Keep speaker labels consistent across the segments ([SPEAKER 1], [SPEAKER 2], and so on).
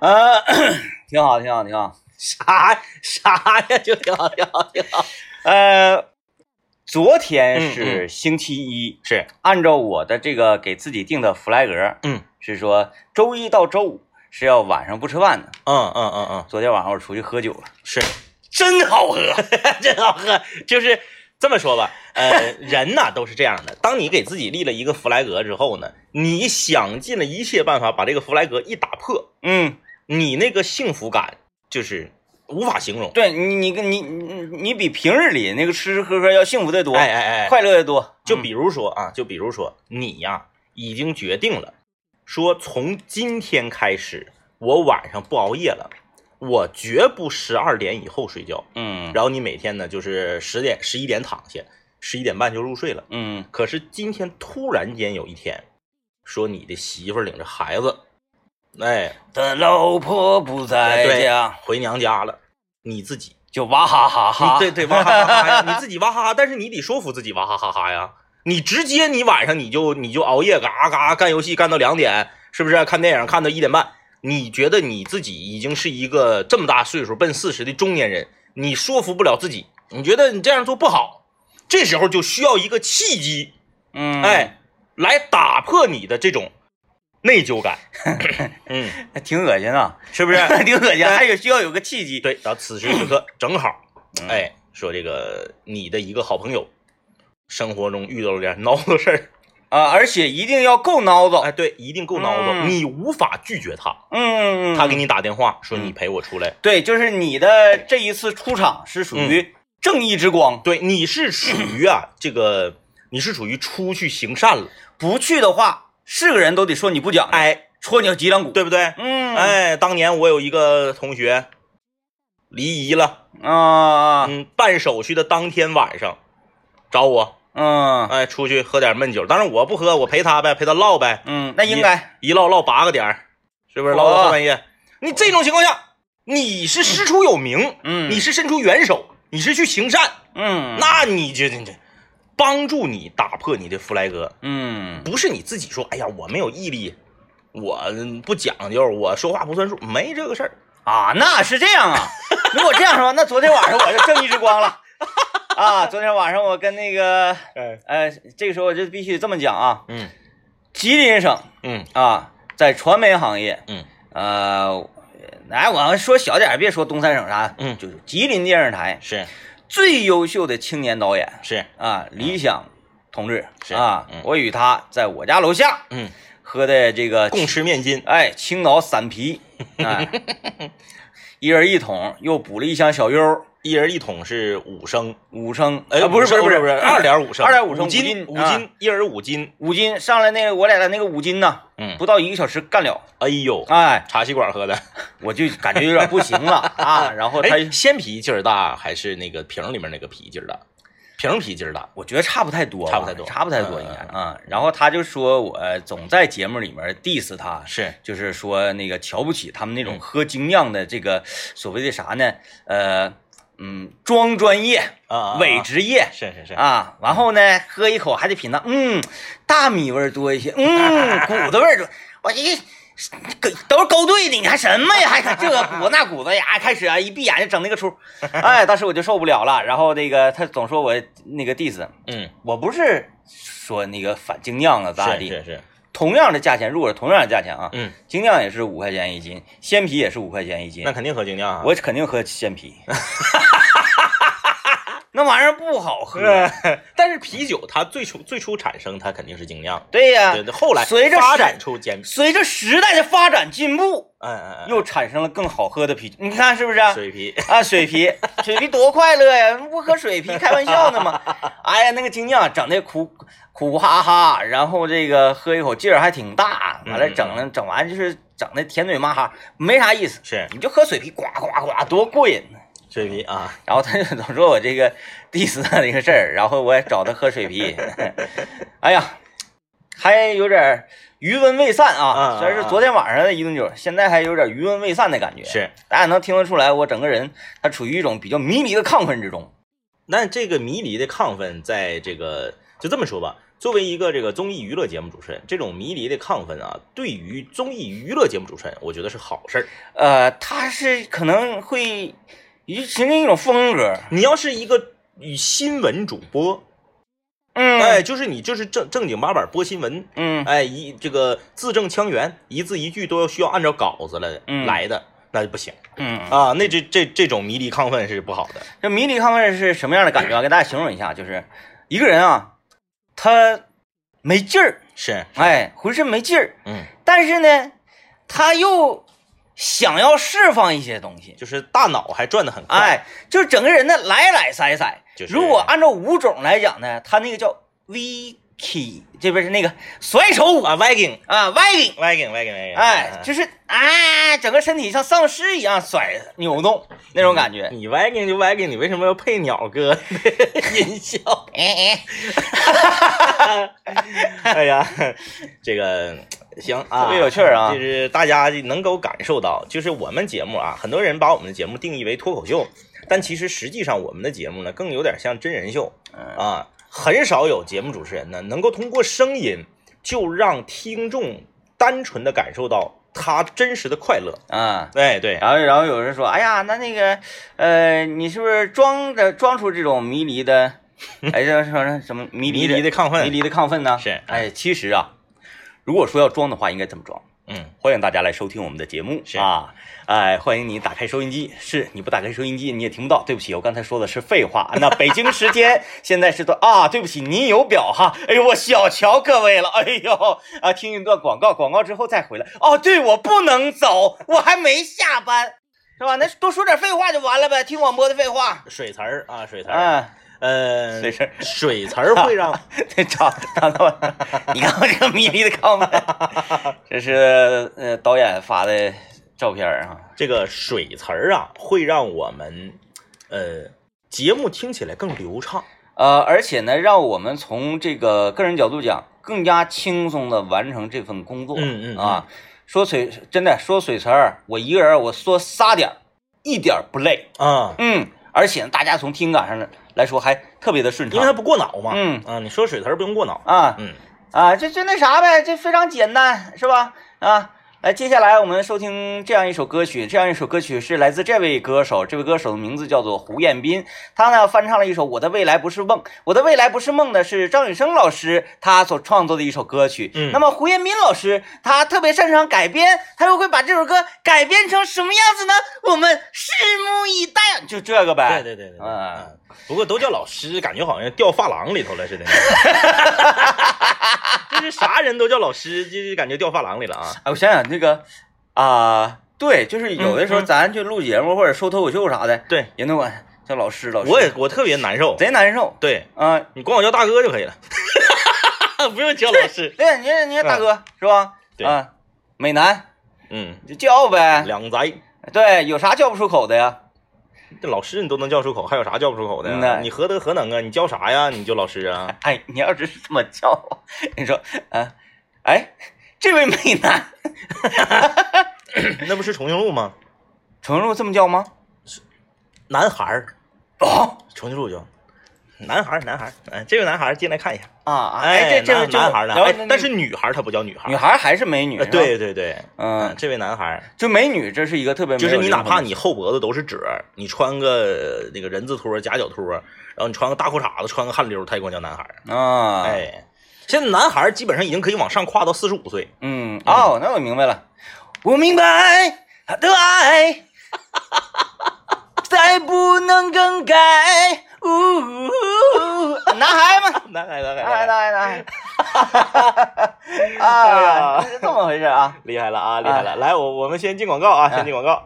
[SPEAKER 1] 呃， 挺好，挺好，挺好。 啥啥呀？就挺好，挺好，挺好。呃，昨天
[SPEAKER 2] 嗯
[SPEAKER 1] 是星期一，
[SPEAKER 2] 是，
[SPEAKER 1] 按照我的这个给自己定的 flag，
[SPEAKER 2] 嗯
[SPEAKER 1] 是说周一到周五是要晚上不吃饭的。
[SPEAKER 2] 嗯嗯嗯嗯，
[SPEAKER 1] 昨天晚上我出去喝酒了，
[SPEAKER 2] 是，真好喝， 真好喝，就是这么说吧， 呃，人呐都是这样的，当你给自己立了一个弗莱格之后呢，你想尽了一切办法把这个弗莱格一打破，
[SPEAKER 1] 嗯，
[SPEAKER 2] 你那个幸福感就是无法形容，
[SPEAKER 1] 对你，你跟你你你比平日里那个吃吃喝喝要幸福的多，
[SPEAKER 2] 哎哎哎，
[SPEAKER 1] 快乐的多。
[SPEAKER 2] 就比如说啊，就比如说你呀、已经决定了，说从今天开始，我晚上不熬夜了，我绝不十二点以后睡觉。
[SPEAKER 1] 嗯
[SPEAKER 2] 然后你每天呢，就是十点、十一点躺下，十一点半就入睡了。
[SPEAKER 1] 嗯
[SPEAKER 2] 可是今天突然间有一天，说你的媳妇儿领着孩子，哎，
[SPEAKER 1] 的老婆不在
[SPEAKER 2] 对
[SPEAKER 1] 家，
[SPEAKER 2] 回娘家了，你自己，
[SPEAKER 1] 就哇哈哈哈。
[SPEAKER 2] 你对对，哇哈哈哈呀，你自己哇哈哈，但是你得说服自己哇哈哈哈呀。你直接你晚上你就你就熬夜嘎嘎干游戏干到两点，是不是？看电影看到一点半，你觉得你自己已经是一个这么大岁数奔四十的中年人，你说服不了自己，你觉得你这样做不好，这时候就需要一个契机，
[SPEAKER 1] 嗯，
[SPEAKER 2] 哎，来打破你的这种内疚感，嗯，
[SPEAKER 1] 挺恶心啊，
[SPEAKER 2] 是不是？
[SPEAKER 1] 挺恶心，还有需要有个契机。
[SPEAKER 2] 对，然后此时 此刻正好，
[SPEAKER 1] 嗯
[SPEAKER 2] 哎，说这个你的一个好朋友，生活中遇到了点孬的事儿，
[SPEAKER 1] 啊，而且一定要够孬叨。
[SPEAKER 2] 哎，对，一定够孬的，
[SPEAKER 1] 嗯
[SPEAKER 2] 你无法拒绝他，
[SPEAKER 1] 嗯，
[SPEAKER 2] 他给你打电话说
[SPEAKER 1] 嗯
[SPEAKER 2] 你陪我出来，
[SPEAKER 1] 对，就是你的这一次出场是属
[SPEAKER 2] 嗯
[SPEAKER 1] 于正义之光，
[SPEAKER 2] 对，你是属于啊这个，你是属于出去行善了，
[SPEAKER 1] 不去的话，是个人都得说你不讲，，
[SPEAKER 2] 哎，
[SPEAKER 1] 戳你脊梁骨。，
[SPEAKER 2] 对不对？
[SPEAKER 1] 嗯，，
[SPEAKER 2] 哎，当年我有一个同学离异了，
[SPEAKER 1] 啊，
[SPEAKER 2] 嗯，办手续的当天晚上找我，
[SPEAKER 1] 嗯
[SPEAKER 2] 哎，出去喝点闷酒，当然我不喝，我陪他呗，陪他唠呗，
[SPEAKER 1] 嗯，那应该，
[SPEAKER 2] 一唠唠八个点儿，是不是
[SPEAKER 1] 哦
[SPEAKER 2] 唠到后半夜？你这种情况下，你是师出有名，
[SPEAKER 1] 嗯
[SPEAKER 2] 你是伸出援手，你是去行善，
[SPEAKER 1] 嗯，，
[SPEAKER 2] 那你就这这帮助你打破你的弗莱格，
[SPEAKER 1] 嗯
[SPEAKER 2] 不是你自己说，哎呀，我没有毅力，我不讲究，我说话不算数，没这个事儿。
[SPEAKER 1] 啊，那是这样啊。如果这样说，那昨天晚上我就正义之光了。啊，昨天晚上我跟那个，
[SPEAKER 2] 哎，
[SPEAKER 1] 呃，这个时候我就必须这么讲啊，
[SPEAKER 2] 嗯
[SPEAKER 1] 吉林省
[SPEAKER 2] 嗯
[SPEAKER 1] 啊，在传媒行业，
[SPEAKER 2] 嗯
[SPEAKER 1] 呃，来，我要说小点儿，别说东三省啥，
[SPEAKER 2] 嗯
[SPEAKER 1] 就是吉林电视台
[SPEAKER 2] 是
[SPEAKER 1] 最优秀的青年导演
[SPEAKER 2] 是，
[SPEAKER 1] 啊，李想同志
[SPEAKER 2] 嗯是
[SPEAKER 1] 啊
[SPEAKER 2] 嗯，
[SPEAKER 1] 我与他在我家楼下
[SPEAKER 2] 嗯，
[SPEAKER 1] 喝的这个，
[SPEAKER 2] 共吃面筋，
[SPEAKER 1] 哎，青岛散啤， 哎，一人一桶，又补了一箱小优，
[SPEAKER 2] 一人一桶是五升，
[SPEAKER 1] 五升，
[SPEAKER 2] 哎，
[SPEAKER 1] 啊不是不是
[SPEAKER 2] 不
[SPEAKER 1] 是
[SPEAKER 2] 不是，二点五升，
[SPEAKER 1] 2.5升
[SPEAKER 2] 五
[SPEAKER 1] 五斤
[SPEAKER 2] 斤五
[SPEAKER 1] 啊
[SPEAKER 2] 斤，一人五斤，
[SPEAKER 1] 五斤上来那个我俩的那个五斤呢，
[SPEAKER 2] 嗯，
[SPEAKER 1] 不到一个小时干了，
[SPEAKER 2] 哎呦，
[SPEAKER 1] 哎，
[SPEAKER 2] 茶吸管喝的。
[SPEAKER 1] 我就感觉有点不行了啊，然后他
[SPEAKER 2] 哎，鲜啤劲儿大还是那个瓶儿里面那个啤劲儿大？瓶儿啤劲儿大。
[SPEAKER 1] 我觉得差不太多吧，
[SPEAKER 2] 差不太多
[SPEAKER 1] 差不太多
[SPEAKER 2] 嗯
[SPEAKER 1] 应该啊。然后他就说我呃总在节目里面 diss 他，
[SPEAKER 2] 是，
[SPEAKER 1] 就是说那个瞧不起他们那种
[SPEAKER 2] 嗯
[SPEAKER 1] 喝精酿的这个所谓的啥呢？呃，嗯，装专业、
[SPEAKER 2] 啊
[SPEAKER 1] 伪职业
[SPEAKER 2] 是是是，
[SPEAKER 1] 啊。然后呢，喝一口还得品尝，嗯，大米味儿多一些， 嗯，骨头味儿多。我一个都是勾兑的，你还什么呀？还看这个骨那骨子呀？开始啊，一闭眼就整那个出，哎，当时我就受不了了。然后那个他总说我那个 diss。
[SPEAKER 2] 嗯，
[SPEAKER 1] 我不是说那个反精酿啊，咋咋
[SPEAKER 2] 是
[SPEAKER 1] 地？
[SPEAKER 2] 是是，
[SPEAKER 1] 同样的价钱，如果是同样的价钱啊，
[SPEAKER 2] 嗯，
[SPEAKER 1] 精酿也是五块钱一斤，鲜啤也是五块钱一斤
[SPEAKER 2] 那，肯定喝精酿啊。
[SPEAKER 1] 我肯定喝鲜 啤。那玩意儿不好喝，
[SPEAKER 2] 但是啤酒它最初最初产生它肯定是精酿，
[SPEAKER 1] 对呀、
[SPEAKER 2] 对，后来
[SPEAKER 1] 啊随着
[SPEAKER 2] 发
[SPEAKER 1] 时
[SPEAKER 2] 展出坚，
[SPEAKER 1] 随着时代的发展进步，
[SPEAKER 2] 嗯嗯嗯，
[SPEAKER 1] 又产生了更好喝的啤酒，你看是不是啊？
[SPEAKER 2] 水啤，
[SPEAKER 1] 啊，水 啤，水啤多快乐呀！不喝水啤开玩笑呢嘛。哎呀，那个精酿整的苦苦哈哈，然后这个喝一口劲儿还挺大，完了整了整完就是整的甜嘴麻哈，没啥意思。
[SPEAKER 2] 是
[SPEAKER 1] 你就喝水啤，呱呱呱，多过瘾呢！
[SPEAKER 2] 水啤啊，
[SPEAKER 1] 然后他就总说我这个 diss 他这个事儿，然后我也找他喝水啤。 哎呀，还有点余温未散啊！
[SPEAKER 2] 嗯
[SPEAKER 1] 虽然是昨天晚上的一顿酒，现在还有点余温未散的感觉。
[SPEAKER 2] 是。
[SPEAKER 1] 大家能听得出来，我整个人他处于一种比较迷离的亢奋之中。
[SPEAKER 2] 那这个迷离的亢奋，在这个就这么说吧，作为一个这个综艺娱乐节目主持人，这种迷离的亢奋啊，对于综艺娱乐节目主持人，我觉得是好事儿。
[SPEAKER 1] 呃，他是可能会形成一种风格，
[SPEAKER 2] 你要是一个与新闻主播，
[SPEAKER 1] 嗯，
[SPEAKER 2] 哎，就是你就是正正经八板播新闻，
[SPEAKER 1] 嗯，
[SPEAKER 2] 哎，一这个字正腔圆，一字一句都要需要按照稿子来、
[SPEAKER 1] 嗯
[SPEAKER 2] 来的，那就不行
[SPEAKER 1] 嗯，
[SPEAKER 2] 啊。那这这这种迷离亢奋是不好的。
[SPEAKER 1] 这迷离亢奋是什么样的感觉啊？给大家形容一下，就是一个人啊，他没劲儿，
[SPEAKER 2] 是，
[SPEAKER 1] 哎，浑身没劲儿，
[SPEAKER 2] 嗯，
[SPEAKER 1] 但是呢，他又想要释放一些东西，
[SPEAKER 2] 就是大脑还转得很快，
[SPEAKER 1] 哎，就是整个人呢来来塞塞。
[SPEAKER 2] 就是
[SPEAKER 1] 如果按照舞种来讲呢，他那个叫 V K，这边是那个甩手舞
[SPEAKER 2] 啊，Viking。
[SPEAKER 1] 啊，Y 领，
[SPEAKER 2] Viking Viking Viking，
[SPEAKER 1] 哎，就是啊，整个身体像丧尸一样甩扭动那种感 觉。
[SPEAKER 2] 你 Viking 就 Viking，你为什么要配鸟哥音效？
[SPEAKER 1] 哎哎，
[SPEAKER 2] 哎呀，这个行啊，
[SPEAKER 1] 特别有趣儿啊
[SPEAKER 2] 就是大家能够感受到，就是我们节目啊，很多人把我们的节目定义为脱口秀，但其实实际上我们的节目呢，更有点像真人秀
[SPEAKER 1] 嗯
[SPEAKER 2] 啊，很少有节目主持人呢能够通过声音就让听众单纯的感受到他真实的快乐。
[SPEAKER 1] 啊。
[SPEAKER 2] 哎，对，
[SPEAKER 1] 然后，然后有人说：“哎呀，那那个，呃，你是不是装着装出这种迷离的， 哎，这说什么迷离
[SPEAKER 2] 迷离的亢奋
[SPEAKER 1] 迷离的亢奋呢？
[SPEAKER 2] 是
[SPEAKER 1] 哎，其实啊，如果说要装的话，应该怎么装？
[SPEAKER 2] 嗯，
[SPEAKER 1] 欢迎大家来收听我们的节目
[SPEAKER 2] 是
[SPEAKER 1] 啊！哎，欢迎你打开收音机，是你不打开收音机你也听不到。对不起，我刚才说的是废话。 那北京时间现在是多啊？对不起，您有表哈。哎呦，我小瞧各位了。哎呦啊，听一段广告，广告之后再回来。哦，对，我不能走，我还没下班，是吧？那多说点废话就完了呗，听广播的废话。
[SPEAKER 2] 水词儿啊，水词儿，
[SPEAKER 1] 嗯，
[SPEAKER 2] 呃，
[SPEAKER 1] 水词儿
[SPEAKER 2] 水词儿 会让
[SPEAKER 1] 这嗯找找到了， 你看我这个迷离的亢奋，这是呃导演发的照片儿啊。
[SPEAKER 2] 这个水词儿啊，会让我们呃节目听起来更流畅。
[SPEAKER 1] 呃，而且呢，让我们从这个个人角度讲，更加轻松的完成这份工作。
[SPEAKER 2] 嗯嗯嗯
[SPEAKER 1] 啊，说水真的说水词儿，我一个人我说仨点儿，一点儿不累。
[SPEAKER 2] 啊，
[SPEAKER 1] 嗯，而且呢大家从听感上来说还特别的顺
[SPEAKER 2] 因为它
[SPEAKER 1] 畅。
[SPEAKER 2] 不过脑嘛。
[SPEAKER 1] 嗯
[SPEAKER 2] 啊，你说水词儿不用过脑。
[SPEAKER 1] 啊
[SPEAKER 2] 嗯，
[SPEAKER 1] 啊，这就那啥呗，这非常简单，是吧？啊。来，接下来我们收听这样一首歌曲，这样一首歌曲是来自这位歌手，这位歌手的名字叫做胡彦斌，他呢翻唱了一首《我的未来不是梦》，《我的未来不是梦》呢是张雨生老师他所创作的一首歌曲。
[SPEAKER 2] 嗯
[SPEAKER 1] 那么胡彦斌老师他特别擅长改编，他又会把这首歌改编成什么样子呢？我们拭目以待，啊就这个呗。
[SPEAKER 2] 对对对对对。
[SPEAKER 1] 啊
[SPEAKER 2] 嗯，不过都叫老师，感觉好像掉发廊里头了似 的。就是啥人都叫老师，就是感觉掉发廊里了啊。
[SPEAKER 1] 哎，我想想那个啊、对，就是有的时候
[SPEAKER 2] 嗯嗯
[SPEAKER 1] 咱去录节目或者说脱口秀啥的，
[SPEAKER 2] 对，
[SPEAKER 1] 人都管叫老师，老师，
[SPEAKER 2] 我也我特别难受。
[SPEAKER 1] 贼难受。
[SPEAKER 2] 对
[SPEAKER 1] 啊、
[SPEAKER 2] 你管我叫大哥就可以了， 不用叫老师。
[SPEAKER 1] 对，你看你看大哥、是吧？
[SPEAKER 2] 嗯对
[SPEAKER 1] 啊、美男
[SPEAKER 2] 嗯，
[SPEAKER 1] 你就叫呗。
[SPEAKER 2] 两宅。
[SPEAKER 1] 对，有啥叫不出口的呀？
[SPEAKER 2] 这老师你都能叫出口，还有啥叫不出口的
[SPEAKER 1] 嗯呐
[SPEAKER 2] 呀？你何德何能啊？你叫啥呀？你就老师 啊？
[SPEAKER 1] 哎，你要真是这么叫 我，你说，啊，哎，这位美男，
[SPEAKER 2] 那不是重庆路吗？
[SPEAKER 1] 重庆路这么叫吗？
[SPEAKER 2] 男孩儿，
[SPEAKER 1] 哦
[SPEAKER 2] 重庆路就，男孩儿，男孩儿，哎，这位男孩儿进来看一下，
[SPEAKER 1] 啊，哎，这这位
[SPEAKER 2] 男
[SPEAKER 1] 这
[SPEAKER 2] 男孩儿，
[SPEAKER 1] 呢
[SPEAKER 2] 男孩？
[SPEAKER 1] 然
[SPEAKER 2] 儿，
[SPEAKER 1] 后
[SPEAKER 2] 但是女孩儿她不叫女孩
[SPEAKER 1] 女
[SPEAKER 2] 儿，
[SPEAKER 1] 孩还是美女，
[SPEAKER 2] 呃
[SPEAKER 1] 是吧，
[SPEAKER 2] 对对对，
[SPEAKER 1] 嗯，
[SPEAKER 2] 这位男孩儿，
[SPEAKER 1] 就美女，这是一个特别
[SPEAKER 2] 就
[SPEAKER 1] 没
[SPEAKER 2] 是
[SPEAKER 1] 有
[SPEAKER 2] 你
[SPEAKER 1] 灵
[SPEAKER 2] 哪
[SPEAKER 1] 魂
[SPEAKER 2] 怕
[SPEAKER 1] 的
[SPEAKER 2] 你后脖子都是褶儿，你穿个呃那个人字拖、夹脚拖，然后你穿个大裤衩子，穿个汗溜儿，他也管叫男孩儿，
[SPEAKER 1] 啊，
[SPEAKER 2] 哎。现在男孩儿基本上已经可以往上跨到四十五岁，
[SPEAKER 1] 嗯，哦，那我明白了，我明白他的 爱，再不能更改。呜、男孩嘛，
[SPEAKER 2] 男孩，男
[SPEAKER 1] 男孩，
[SPEAKER 2] 孩，
[SPEAKER 1] 男孩， 男孩。啊，是这么回事啊？
[SPEAKER 2] 厉害了啊，厉害了！来，我我们先进广告啊，先进广告。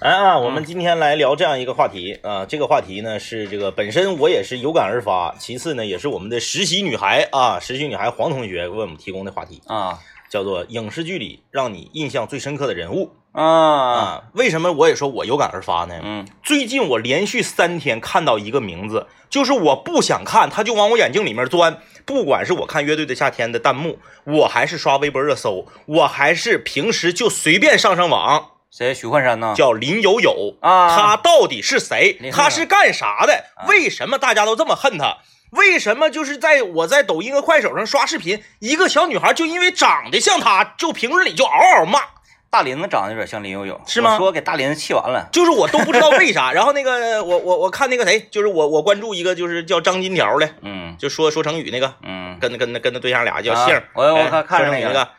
[SPEAKER 2] 来啊，我们今天来聊这样一个话题啊，这个话题呢是这个本身我也是有感而发，其次呢也是我们的实习女孩啊，实习女孩黄同学为我们提供的话题，
[SPEAKER 1] 啊
[SPEAKER 2] 叫做影视剧里让你印象最深刻的人物
[SPEAKER 1] 啊，
[SPEAKER 2] 啊。为什么我也说我有感而发呢？
[SPEAKER 1] 嗯
[SPEAKER 2] 最近我连续三天看到一个名字，就是我不想看，他就往我眼睛里面钻。不管是我看《乐队的夏天》的弹幕，我还是刷微博热搜，我还是平时就随便上上网，
[SPEAKER 1] 谁？许幻山呢？
[SPEAKER 2] 叫林有有
[SPEAKER 1] 啊
[SPEAKER 2] 他到底是谁
[SPEAKER 1] 厉害？了
[SPEAKER 2] 他是干啥的
[SPEAKER 1] 啊？
[SPEAKER 2] 为什么大家都这么恨他？为什么就是在我在抖音和快手上刷视频，一个小女孩就因为长得像他，就评论里就嗷嗷骂，
[SPEAKER 1] 大林子长得有点像林有有，
[SPEAKER 2] 是吗
[SPEAKER 1] 我说给大林子气完了，
[SPEAKER 2] 就是我都不知道为啥。 然后那个我我我看那个谁，就是我我关注一个就是叫张金条的，
[SPEAKER 1] 嗯
[SPEAKER 2] 就说说成语那个，
[SPEAKER 1] 嗯
[SPEAKER 2] 跟跟跟他对象俩叫
[SPEAKER 1] 啊
[SPEAKER 2] 姓，
[SPEAKER 1] 我我
[SPEAKER 2] 哎
[SPEAKER 1] 看看着
[SPEAKER 2] 说成语
[SPEAKER 1] 那
[SPEAKER 2] 那
[SPEAKER 1] 个
[SPEAKER 2] 个，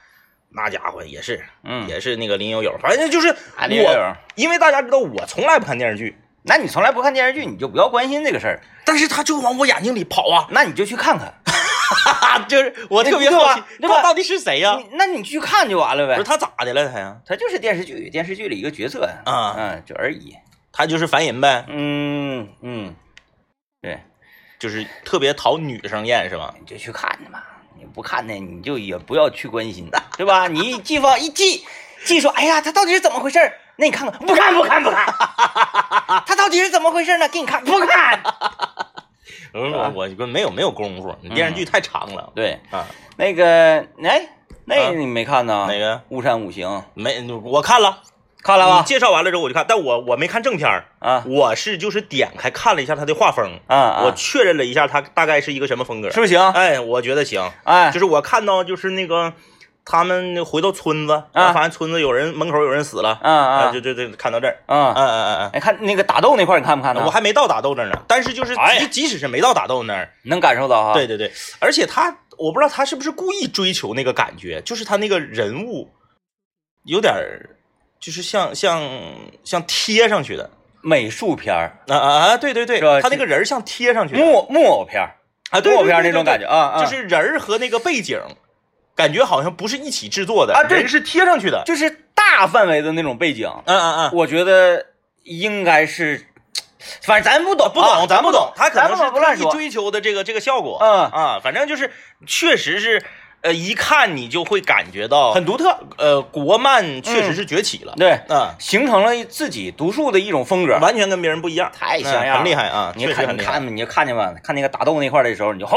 [SPEAKER 2] 那家伙也是
[SPEAKER 1] 嗯，
[SPEAKER 2] 也是那个林有有，反正就是
[SPEAKER 1] 啊林有
[SPEAKER 2] 我，
[SPEAKER 1] 有，
[SPEAKER 2] 因为大家知道我从来不看电视剧，
[SPEAKER 1] 那你从来不看电视剧，你就不要关心这个事儿，
[SPEAKER 2] 但是他就往我眼睛里跑 啊，
[SPEAKER 1] 那你就去看看，
[SPEAKER 2] 啊，就是我特别
[SPEAKER 1] 对吧
[SPEAKER 2] 好奇，
[SPEAKER 1] 对吧
[SPEAKER 2] 他到底是谁呀、
[SPEAKER 1] 你那你去看就完了
[SPEAKER 2] 不是
[SPEAKER 1] 呗。
[SPEAKER 2] 他咋的了他呀？
[SPEAKER 1] 他就是电视剧，电视剧里一个角色
[SPEAKER 2] 啊
[SPEAKER 1] 嗯，就而已。
[SPEAKER 2] 他就是烦人呗，
[SPEAKER 1] 嗯嗯，对，
[SPEAKER 2] 就是特别讨女生厌是吧？
[SPEAKER 1] 你就去看去嘛，你不看呢，你就也不要去关心，对吧？ 你一记放一记记说，哎呀，他到底是怎么回事儿？那你看看，不看不看不 看，他到底是怎么回事呢？给你看不看？
[SPEAKER 2] 嗯，我
[SPEAKER 1] 啊嗯
[SPEAKER 2] 我就没有没有功夫，你电视剧太长了、
[SPEAKER 1] 对，
[SPEAKER 2] 啊。
[SPEAKER 1] 那个，哎，那
[SPEAKER 2] 啊
[SPEAKER 1] 个你没看呢？
[SPEAKER 2] 哪个？
[SPEAKER 1] 巫山五行
[SPEAKER 2] 没，我看了，
[SPEAKER 1] 看了
[SPEAKER 2] 你
[SPEAKER 1] 吧？
[SPEAKER 2] 介绍完了之后我就看，但我我没看正片儿，
[SPEAKER 1] 啊
[SPEAKER 2] 我是就是点开看了一下他的画风，
[SPEAKER 1] 啊啊！
[SPEAKER 2] 我确认了一下他大概是一个什么风格。
[SPEAKER 1] 是不行？
[SPEAKER 2] 哎，我觉得行，
[SPEAKER 1] 哎
[SPEAKER 2] 就，是我看到就是那个他们回到村子，然后发现村子有人门口有人死了，哎
[SPEAKER 1] 啊啊
[SPEAKER 2] 就就就看到这儿，
[SPEAKER 1] 啊！
[SPEAKER 2] 嗯嗯嗯
[SPEAKER 1] 哎，看那个打斗那块儿，你看不看
[SPEAKER 2] 嗯，
[SPEAKER 1] 呢？
[SPEAKER 2] 我还没到打斗那儿呢，但是就是
[SPEAKER 1] 哎
[SPEAKER 2] 即即使是没到打斗那儿，
[SPEAKER 1] 能感受到哈。
[SPEAKER 2] 对，对对，而且他我不知道他是不是故意追求那个感觉，就是他那个人物有点儿就是像像像贴上去的。
[SPEAKER 1] 美术片儿、
[SPEAKER 2] 啊啊啊！对对对
[SPEAKER 1] 是吧，
[SPEAKER 2] 他那个人儿像贴上去的
[SPEAKER 1] 木木偶片儿、
[SPEAKER 2] 啊，对
[SPEAKER 1] 木偶
[SPEAKER 2] 对
[SPEAKER 1] 片儿那
[SPEAKER 2] 对对
[SPEAKER 1] 种
[SPEAKER 2] 对
[SPEAKER 1] 感觉啊啊！
[SPEAKER 2] 就是人儿和那个背景，感觉好像不是一起制作的
[SPEAKER 1] 啊对
[SPEAKER 2] 人是贴上去的。
[SPEAKER 1] 就是大范围的那种背景，
[SPEAKER 2] 嗯嗯嗯，
[SPEAKER 1] 我觉得应该是，反正咱不懂，
[SPEAKER 2] 不懂，
[SPEAKER 1] 啊咱
[SPEAKER 2] 咱不懂，他可能
[SPEAKER 1] 咱不
[SPEAKER 2] 是
[SPEAKER 1] 懂不乱
[SPEAKER 2] 故意
[SPEAKER 1] 说。
[SPEAKER 2] 追求的这个这个效果。
[SPEAKER 1] 嗯
[SPEAKER 2] 啊，反正就是确实是，呃，一看你就会感觉到很独特。呃，国漫确实是崛起了，
[SPEAKER 1] 对，
[SPEAKER 2] 嗯，
[SPEAKER 1] 形成了自己独树的一种 风格。
[SPEAKER 2] 完全跟别人不一样，
[SPEAKER 1] 太像样
[SPEAKER 2] 嗯
[SPEAKER 1] 了
[SPEAKER 2] 很厉害啊，
[SPEAKER 1] 你
[SPEAKER 2] 确实
[SPEAKER 1] 看，
[SPEAKER 2] 很
[SPEAKER 1] 你
[SPEAKER 2] 厉害。
[SPEAKER 1] 看，你就看见吧，看那个打斗那块儿的时候，你就嚯，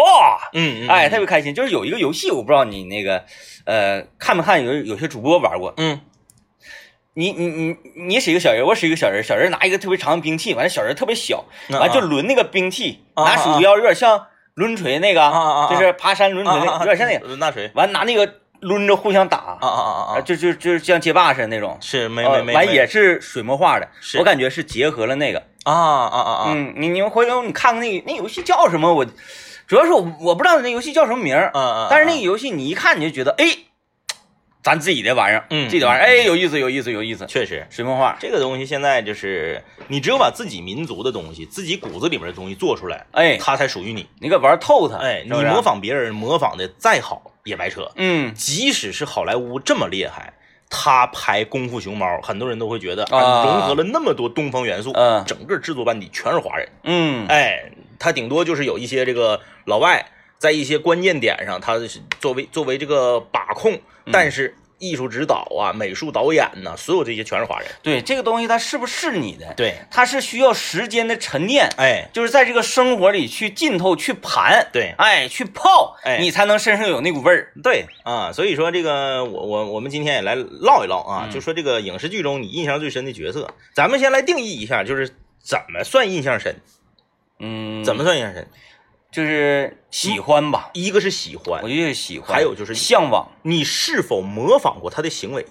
[SPEAKER 2] 嗯嗯，
[SPEAKER 1] 哎，
[SPEAKER 2] 嗯
[SPEAKER 1] 特别开心。就是有一个游戏，我不知道你那个，呃，看没看有有些主播玩过？
[SPEAKER 2] 嗯
[SPEAKER 1] 你你你你使一个小人，我使一个小人，小人拿一个特别长的兵器，完了小人特别小，
[SPEAKER 2] 嗯
[SPEAKER 1] 完就
[SPEAKER 2] 啊
[SPEAKER 1] 抡那个兵器，
[SPEAKER 2] 啊
[SPEAKER 1] 拿鼠标有点像抡锤那个，
[SPEAKER 2] 啊啊啊
[SPEAKER 1] 就是爬山抡锤那
[SPEAKER 2] 啊
[SPEAKER 1] 个，
[SPEAKER 2] 啊
[SPEAKER 1] 有点像那个，
[SPEAKER 2] 抡大锤
[SPEAKER 1] 完拿那个抡着互相打，
[SPEAKER 2] 啊啊啊啊啊，
[SPEAKER 1] 就就就是像街霸似的那种，
[SPEAKER 2] 是没
[SPEAKER 1] 呃
[SPEAKER 2] 没没
[SPEAKER 1] 完
[SPEAKER 2] 没
[SPEAKER 1] 也是水墨画的，
[SPEAKER 2] 是
[SPEAKER 1] 我感觉是结合了那个，
[SPEAKER 2] 啊啊啊啊
[SPEAKER 1] 嗯，你你们回头你看看那个那游戏叫什么，我主要是我我不知道那游戏叫什么名儿，
[SPEAKER 2] 嗯嗯，
[SPEAKER 1] 但是那
[SPEAKER 2] 嗯
[SPEAKER 1] 个游戏你一看你就觉得，哎，咱自己的玩意儿，
[SPEAKER 2] 嗯
[SPEAKER 1] 自己的玩意儿，哎，有意思，有意思，有意思，
[SPEAKER 2] 确实，
[SPEAKER 1] 水墨画，
[SPEAKER 2] 这个东西现在就是，你只有把自己民族的东西、自己骨子里面的东西做出来，
[SPEAKER 1] 哎，
[SPEAKER 2] 它才属于你。
[SPEAKER 1] 你给玩透它，
[SPEAKER 2] 哎，
[SPEAKER 1] 是
[SPEAKER 2] 你
[SPEAKER 1] 不是啊
[SPEAKER 2] 模，仿别人模仿的再好也白扯。
[SPEAKER 1] 嗯，
[SPEAKER 2] 即使是好莱坞这么厉害，他拍《功夫熊猫》，很多人都会觉得
[SPEAKER 1] 啊
[SPEAKER 2] 融合了那么多东方元素，
[SPEAKER 1] 嗯
[SPEAKER 2] 整个制作班底全是华人。
[SPEAKER 1] 嗯，
[SPEAKER 2] 哎，他顶多就是有一些这个老外在一些关键点上，他是作为作为这个把控，但是艺术指导啊、美术导演呐、所有这些全是华人。
[SPEAKER 1] 对，这个东西它是不是你的，
[SPEAKER 2] 对，
[SPEAKER 1] 它是需要时间的沉淀，
[SPEAKER 2] 哎，
[SPEAKER 1] 就是在这个生活里去浸透、去盘，
[SPEAKER 2] 对
[SPEAKER 1] 哎，去泡，
[SPEAKER 2] 哎
[SPEAKER 1] 你才能身上有那股味儿。
[SPEAKER 2] 对啊，所以说这个我我我们今天也来唠一唠啊，
[SPEAKER 1] 嗯
[SPEAKER 2] 就说这个影视剧中你印象最深的角色，咱们先来定义一下，就是怎么算印象深，
[SPEAKER 1] 嗯，
[SPEAKER 2] 怎么算印象深？
[SPEAKER 1] 就是喜欢吧？
[SPEAKER 2] 一个是喜欢
[SPEAKER 1] 我，就是喜欢，
[SPEAKER 2] 还有就是
[SPEAKER 1] 向往
[SPEAKER 2] 你是否模仿过他的行为？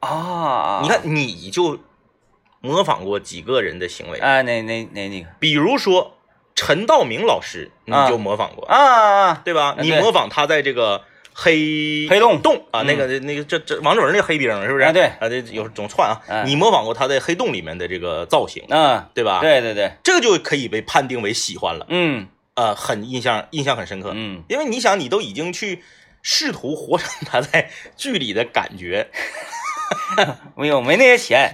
[SPEAKER 1] 啊。
[SPEAKER 2] 你，看，你就模仿过几个人的行为，
[SPEAKER 1] 哎，哪哪哪那个
[SPEAKER 2] 比如说陈道明老师，你
[SPEAKER 1] 啊
[SPEAKER 2] 就模仿过，
[SPEAKER 1] 啊啊啊，
[SPEAKER 2] 对吧？
[SPEAKER 1] 啊
[SPEAKER 2] 你
[SPEAKER 1] 对
[SPEAKER 2] 模仿他在这个黑
[SPEAKER 1] 黑洞
[SPEAKER 2] 洞啊，
[SPEAKER 1] 嗯
[SPEAKER 2] 那个那个这这王志文那个黑兵是不是？
[SPEAKER 1] 啊对
[SPEAKER 2] 啊这有总串啊
[SPEAKER 1] 哎。
[SPEAKER 2] 你模仿过他在黑洞里面的这个造型，
[SPEAKER 1] 嗯，
[SPEAKER 2] 对吧？，
[SPEAKER 1] 对对对，
[SPEAKER 2] 这个就可以被判定为喜欢了，
[SPEAKER 1] 嗯
[SPEAKER 2] 呃，很印象印象很深刻，
[SPEAKER 1] 嗯，
[SPEAKER 2] 因为你想，你都已经去试图活成他在剧里的感觉，
[SPEAKER 1] 没有嗯哎没那些 钱。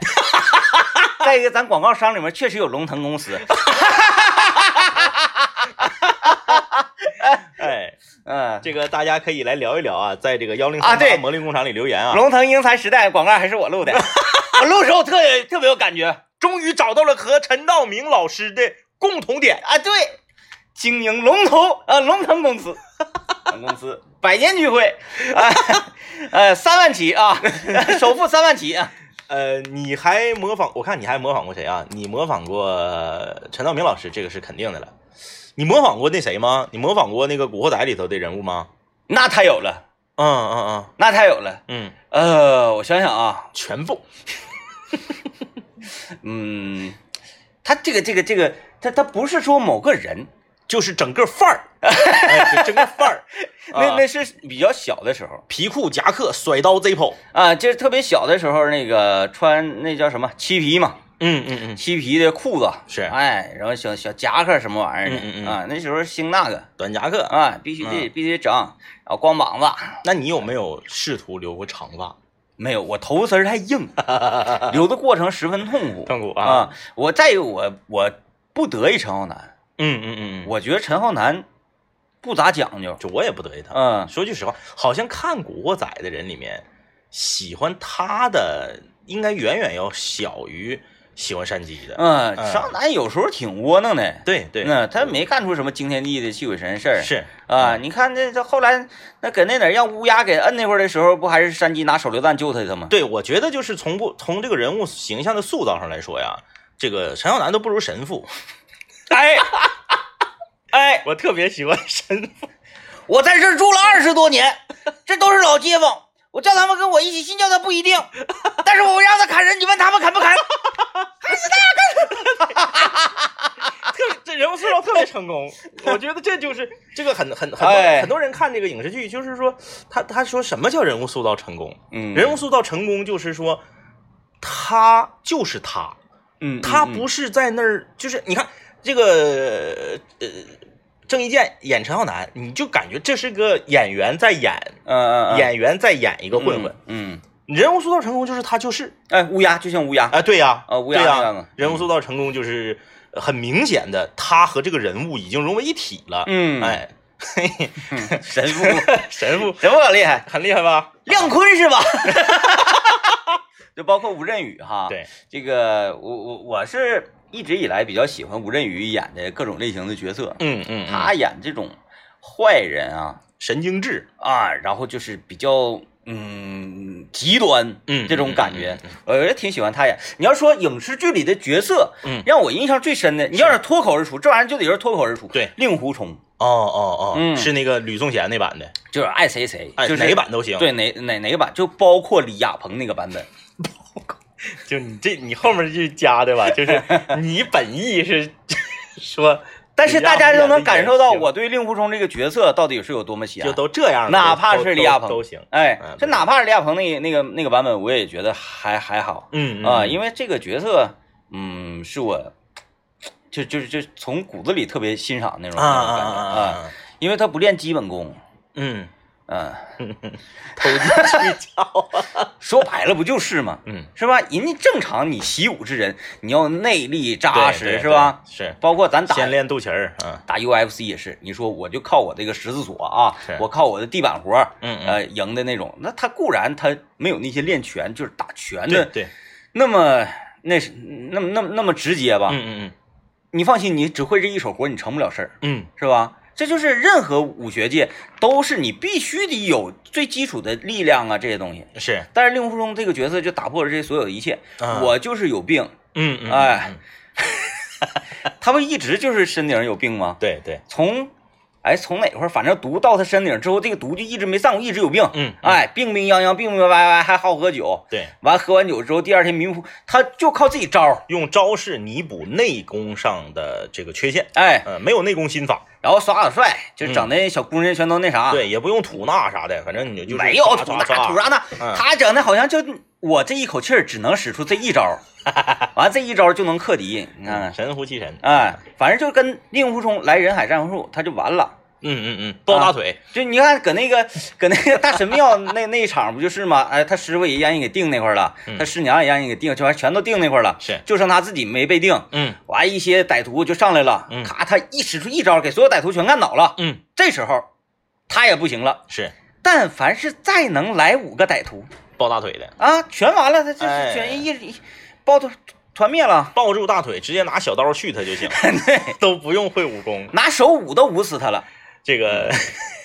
[SPEAKER 1] 再一个，咱广告商里面确实有龙腾公司，
[SPEAKER 2] 哎，
[SPEAKER 1] 嗯，
[SPEAKER 2] 这个大家可以来聊一聊啊，在这个幺零
[SPEAKER 1] 啊
[SPEAKER 2] 三
[SPEAKER 1] 对
[SPEAKER 2] 八魔力工厂里留言啊，
[SPEAKER 1] 龙腾英才时代广告还是我录的， 啊我录的时候特别特别有感觉
[SPEAKER 2] 终于找到了和陈道明老师的共同点，
[SPEAKER 1] 啊，对，经营龙头啊，龙腾公 司，龙腾公司 百年聚会啊，呃，三万起啊，首付三万起啊，
[SPEAKER 2] 呃，你还模仿？我看你还模仿过谁啊？你模仿过呃陈道明老师，这个是肯定的了。你模仿过那谁吗？你模仿过那个《古惑仔》里头的人物吗？
[SPEAKER 1] 那太有了，
[SPEAKER 2] 嗯嗯嗯
[SPEAKER 1] 那太有了。
[SPEAKER 2] 嗯，
[SPEAKER 1] 呃，我想想啊，
[SPEAKER 2] 全部。
[SPEAKER 1] 嗯，他这个这个这个，他他不是说某个人，
[SPEAKER 2] 就是整个范 儿，哎，就整个范 儿，
[SPEAKER 1] 那
[SPEAKER 2] 啊
[SPEAKER 1] 那是比较小的时候
[SPEAKER 2] 皮裤、夹克、甩刀、Zippo，
[SPEAKER 1] 啊，就是特别小的时候，那个穿那叫什么漆皮嘛，
[SPEAKER 2] 嗯嗯嗯，
[SPEAKER 1] 漆皮的裤子
[SPEAKER 2] 是
[SPEAKER 1] 哎，然后小小夹克什么玩意儿的
[SPEAKER 2] 嗯嗯嗯嗯
[SPEAKER 1] 啊，那时候兴那个
[SPEAKER 2] 短夹克。
[SPEAKER 1] 啊，必须得必须得整，然后光膀子
[SPEAKER 2] 那你有没有试图留过长发？
[SPEAKER 1] 没有，我头发丝儿太 硬，留的过程十分痛苦
[SPEAKER 2] 痛苦啊
[SPEAKER 1] 啊！我再一个，我我不得意陈浩南，
[SPEAKER 2] 嗯嗯嗯我
[SPEAKER 1] 我觉得陈浩南不咋讲究，
[SPEAKER 2] 就我也不得意他。
[SPEAKER 1] 嗯，
[SPEAKER 2] 说句实话，好像看《古惑仔》的人里面，喜欢他的应该远远要小于喜欢山鸡的。
[SPEAKER 1] 嗯，
[SPEAKER 2] 嗯
[SPEAKER 1] 商南有时候挺窝囊的，
[SPEAKER 2] 对对，
[SPEAKER 1] 那他没干出什么惊天地的泣鬼神事儿，
[SPEAKER 2] 是嗯
[SPEAKER 1] 啊，你看这这后来那搁那哪儿让乌鸦给摁那块儿的时候，不还是山鸡拿手榴弹救他的吗？
[SPEAKER 2] 对，我觉得就是从不从这个人物形象的塑造上来说呀，这个陈浩南都不如神父。
[SPEAKER 1] 哎，哎，
[SPEAKER 2] 我特别喜欢神父。
[SPEAKER 1] 我在这儿住了二十多年，这都是老街坊，我叫他们跟我一起信教他不一定，但是我让他砍人，你问他们砍不砍？
[SPEAKER 2] 特这人物塑造特别 成功，我觉得这就是这个很很很多、
[SPEAKER 1] 哎
[SPEAKER 2] 很多人看这个影视剧，就是说他他说什么叫人物塑造成功？
[SPEAKER 1] 嗯
[SPEAKER 2] 人物塑造成功就是说他就是他，
[SPEAKER 1] 嗯，
[SPEAKER 2] 他
[SPEAKER 1] 嗯，
[SPEAKER 2] 不是在那儿，就是你看这个呃郑伊健演陈浩南，你就感觉这是个演员在演，
[SPEAKER 1] 嗯嗯，
[SPEAKER 2] 演员在演一个
[SPEAKER 1] 个
[SPEAKER 2] 混混。，
[SPEAKER 1] 嗯，
[SPEAKER 2] 人物塑造成功就是他就是
[SPEAKER 1] 哎，乌鸦就像乌鸦
[SPEAKER 2] 啊、，对呀、
[SPEAKER 1] 啊乌鸦
[SPEAKER 2] 对
[SPEAKER 1] 那
[SPEAKER 2] 呀、
[SPEAKER 1] 个嘛
[SPEAKER 2] 人物塑造成功就是呃很明显的，他和这个人物已经融为一体了。
[SPEAKER 1] 嗯
[SPEAKER 2] 哎，
[SPEAKER 1] 神父，
[SPEAKER 2] 神父
[SPEAKER 1] 神父很厉 害，
[SPEAKER 2] 很厉害吧？
[SPEAKER 1] 亮坤是吧？ 就包括吴镇宇哈，，
[SPEAKER 2] 对，
[SPEAKER 1] 这个我我我是一直以来比较喜欢吴镇宇演的各种类型的角色，
[SPEAKER 2] 嗯嗯，
[SPEAKER 1] 他演这种坏人啊
[SPEAKER 2] 神经质，
[SPEAKER 1] 啊，然后就是比较嗯极端，
[SPEAKER 2] 嗯
[SPEAKER 1] 这种感觉，我也挺喜欢他演。你要说影视剧里的角色，
[SPEAKER 2] 嗯
[SPEAKER 1] 让我印象最深的，你要是脱口而出，这玩意儿就得是脱口而出，
[SPEAKER 2] 对
[SPEAKER 1] 令狐冲
[SPEAKER 2] 哦哦哦，
[SPEAKER 1] 嗯
[SPEAKER 2] 是那个吕颂贤那版的，
[SPEAKER 1] 就是爱谁谁，
[SPEAKER 2] 哎，
[SPEAKER 1] 就是
[SPEAKER 2] 哪版都行。，
[SPEAKER 1] 对哪哪哪个版，就包括李亚鹏那个版本。
[SPEAKER 2] 就你这你后面就加的 吧，就是你本意是 说，
[SPEAKER 1] 但是大家都能感受到我对令狐冲这个角色到底是有多么喜爱
[SPEAKER 2] 就。都这样了，
[SPEAKER 1] 哪
[SPEAKER 2] 都
[SPEAKER 1] 怕
[SPEAKER 2] 都
[SPEAKER 1] 是李亚鹏
[SPEAKER 2] 都都行。
[SPEAKER 1] 哎
[SPEAKER 2] 嗯，
[SPEAKER 1] 这哪怕是李亚鹏那个那个那个版本，我也觉得还还好
[SPEAKER 2] 嗯
[SPEAKER 1] 啊，
[SPEAKER 2] 为
[SPEAKER 1] 因为这个角色，嗯，是我就就是就从骨子里特别欣赏那种
[SPEAKER 2] 啊
[SPEAKER 1] 那
[SPEAKER 2] 啊
[SPEAKER 1] 种
[SPEAKER 2] 啊
[SPEAKER 1] 感觉
[SPEAKER 2] 啊
[SPEAKER 1] 啊，
[SPEAKER 2] 啊，
[SPEAKER 1] 因为他不练基本功，
[SPEAKER 2] 嗯，
[SPEAKER 1] 嗯，
[SPEAKER 2] 投进 去叫，
[SPEAKER 1] 说白了不就是嘛，
[SPEAKER 2] 啊嗯，
[SPEAKER 1] 是吧？人家正常你习武之人，你要内力扎
[SPEAKER 2] 对
[SPEAKER 1] 实
[SPEAKER 2] 对
[SPEAKER 1] 是吧？
[SPEAKER 2] 对是，
[SPEAKER 1] 包括咱打
[SPEAKER 2] 先练肚脐儿，嗯
[SPEAKER 1] 打 UFC 也是，你说我就靠我这个十字锁啊
[SPEAKER 2] 是，
[SPEAKER 1] 我靠我的地板活儿，
[SPEAKER 2] 嗯嗯
[SPEAKER 1] 呃，赢的那种。那他固然他没有那些练拳，就是打拳
[SPEAKER 2] 对
[SPEAKER 1] 的
[SPEAKER 2] 对，
[SPEAKER 1] 那么那是那么那么那么直接吧？
[SPEAKER 2] 嗯嗯
[SPEAKER 1] 你放心，你只会这一手活，你成不了事儿，
[SPEAKER 2] 嗯
[SPEAKER 1] 是吧？这就是任何武学界都是你必须得有最基础的力量啊，这些东西。
[SPEAKER 2] 嗯，是，
[SPEAKER 1] 但是令狐冲这个角色就打破了这所有的一切，
[SPEAKER 2] 啊
[SPEAKER 1] 我就是有病，
[SPEAKER 2] 嗯嗯，
[SPEAKER 1] 哎
[SPEAKER 2] 嗯，嗯
[SPEAKER 1] 他不一直就是身顶上有病吗？
[SPEAKER 2] 对对，
[SPEAKER 1] 从哎从哪块儿，反正毒到他身顶之后，这个毒就一直没散过，一直有病。
[SPEAKER 2] 嗯，
[SPEAKER 1] 哎，病病殃殃，病病歪歪，还好喝酒。
[SPEAKER 2] 对，
[SPEAKER 1] 完喝完酒之后，第二天迷糊，他就靠自己招儿，
[SPEAKER 2] 用招式弥补内功上的这个缺陷，
[SPEAKER 1] 哎，
[SPEAKER 2] 呃，没有内功心法，
[SPEAKER 1] 然后耍耍帅，就整那小姑娘全都那啥，
[SPEAKER 2] 嗯对，也不用吐纳啥的，反正你就
[SPEAKER 1] 啊没有吐
[SPEAKER 2] 纳
[SPEAKER 1] 那吐啥呢？
[SPEAKER 2] 嗯
[SPEAKER 1] 他整的好像就我这一口气儿只能使出这一招 儿，完这一招儿就能克敌，你看看，
[SPEAKER 2] 嗯神乎其神，
[SPEAKER 1] 哎，反正就跟令狐冲来人海战术，他就完了。
[SPEAKER 2] 嗯嗯嗯，抱
[SPEAKER 1] 啊
[SPEAKER 2] 大腿，
[SPEAKER 1] 就你看，搁那个 搁那个大神庙那 那一场不就是吗？哎，他师傅也让人给定那块儿了，
[SPEAKER 2] 嗯
[SPEAKER 1] 他师娘也让人给定，这玩意儿全都定那块儿了，
[SPEAKER 2] 是
[SPEAKER 1] 就剩他自己没被定。
[SPEAKER 2] 嗯
[SPEAKER 1] 完，一些歹徒就上来了，
[SPEAKER 2] 嗯
[SPEAKER 1] 咔，他一使出一招，给所有歹徒全干倒了。
[SPEAKER 2] 嗯，
[SPEAKER 1] 这时候他也不行了，
[SPEAKER 2] 是
[SPEAKER 1] 但凡是再能来五个歹徒
[SPEAKER 2] 抱大腿的，
[SPEAKER 1] 啊，全完了，他这
[SPEAKER 2] 哎
[SPEAKER 1] 是全一一包团团灭了，
[SPEAKER 2] 抱住大腿，直接拿小刀续他就行，
[SPEAKER 1] 对，
[SPEAKER 2] 都不用会武功，
[SPEAKER 1] 拿手 舞都舞死他了。
[SPEAKER 2] 这个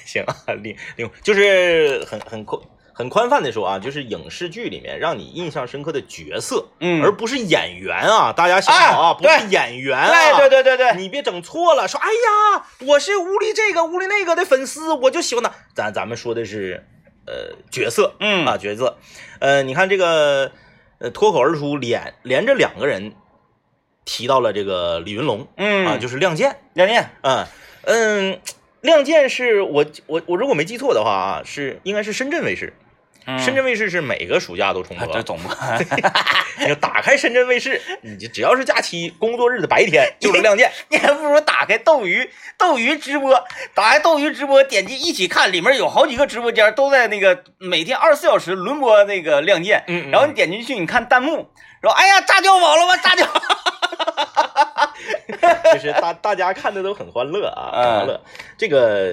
[SPEAKER 2] 行啊，令令就是很很快很宽泛的说啊，就是影视剧里面让你印象深刻的角色，
[SPEAKER 1] 嗯
[SPEAKER 2] 而不是演员啊，大家想好
[SPEAKER 1] 啊
[SPEAKER 2] 不
[SPEAKER 1] 对
[SPEAKER 2] 是演员啊，
[SPEAKER 1] 哎对对对对对，
[SPEAKER 2] 你别整错了，说哎呀，我是乌力这个乌力那个的粉丝，我就喜欢他。咱咱们说的是，呃，角色，
[SPEAKER 1] 嗯
[SPEAKER 2] 啊，角色，呃，你看这个，呃，脱口而出连连着两个人提到了这个李云龙，
[SPEAKER 1] 嗯
[SPEAKER 2] 啊，就是《亮剑》
[SPEAKER 1] 杨念，
[SPEAKER 2] 嗯嗯，《亮剑》是我我我如果没记错的话啊，是应该是深圳卫视，深
[SPEAKER 1] 深
[SPEAKER 2] 圳卫视是每个暑假都重播，
[SPEAKER 1] 嗯这总播，
[SPEAKER 2] 你就打开深圳卫视，你就只要是假期工作日的白天就是《亮剑》。
[SPEAKER 1] 你还不如打开斗鱼，斗鱼直播，打开斗鱼直播，点击一起看，里面有好几个直播间都在那个每天二十四小时轮播那个《亮剑》，
[SPEAKER 2] 嗯嗯
[SPEAKER 1] 然后你点进去，你看弹幕，然后哎呀炸碉堡了吧，炸碉堡，
[SPEAKER 2] 就是大大家看的都很欢乐啊，
[SPEAKER 1] 嗯
[SPEAKER 2] 很欢乐。这个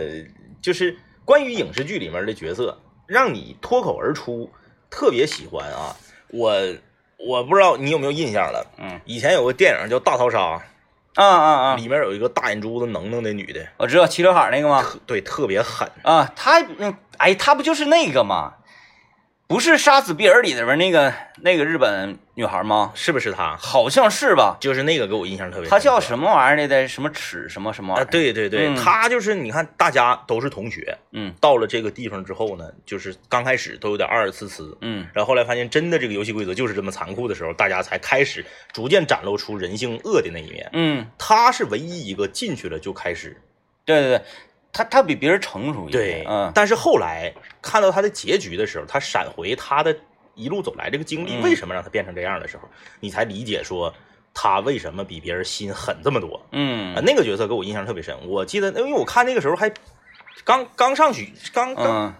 [SPEAKER 2] 就是关于影视剧里面的角色，让你脱口而出，特别喜欢啊。我我不知道你有没有印象了，
[SPEAKER 1] 嗯，
[SPEAKER 2] 以前有个电影叫《大逃杀
[SPEAKER 1] 啊啊》，啊，
[SPEAKER 2] 里面有一个大眼珠子能能的女的，
[SPEAKER 1] 我知道齐刘海那个吗？
[SPEAKER 2] 特对特别狠。
[SPEAKER 1] 啊，他嗯，哎，他不就是那个吗？不是《杀死比尔》里边那个那个日本女孩吗？
[SPEAKER 2] 是不是她？
[SPEAKER 1] 好像是吧？
[SPEAKER 2] 就是那个给我印象特别深刻。
[SPEAKER 1] 她叫什么玩意儿来着？什么齿什么什么玩
[SPEAKER 2] 啊？
[SPEAKER 1] 意儿？，
[SPEAKER 2] 对对对，
[SPEAKER 1] 嗯
[SPEAKER 2] 她就是你看，大家都是同学，
[SPEAKER 1] 嗯
[SPEAKER 2] 到了这个地方之后呢，就是刚开始都有点二二呲呲，
[SPEAKER 1] 嗯
[SPEAKER 2] 然后后来发现真的这个游戏规则就是这么残酷的时候，大家才开始逐渐展露出人性恶的那一面。
[SPEAKER 1] 嗯，
[SPEAKER 2] 他是唯一一个进去了就开始
[SPEAKER 1] 对对对，她她比别人成熟一点。嗯
[SPEAKER 2] 但是后来看到他的结局的时候，他闪回他的一路走来这个经历，
[SPEAKER 1] 嗯
[SPEAKER 2] 为什么让他变成这样的时候，你才理解说他为什么比别人心狠这么多。
[SPEAKER 1] 嗯
[SPEAKER 2] 啊，那个角色给我印象特别深，我记得，因为我看那个时候还刚刚上学，刚刚
[SPEAKER 1] 嗯，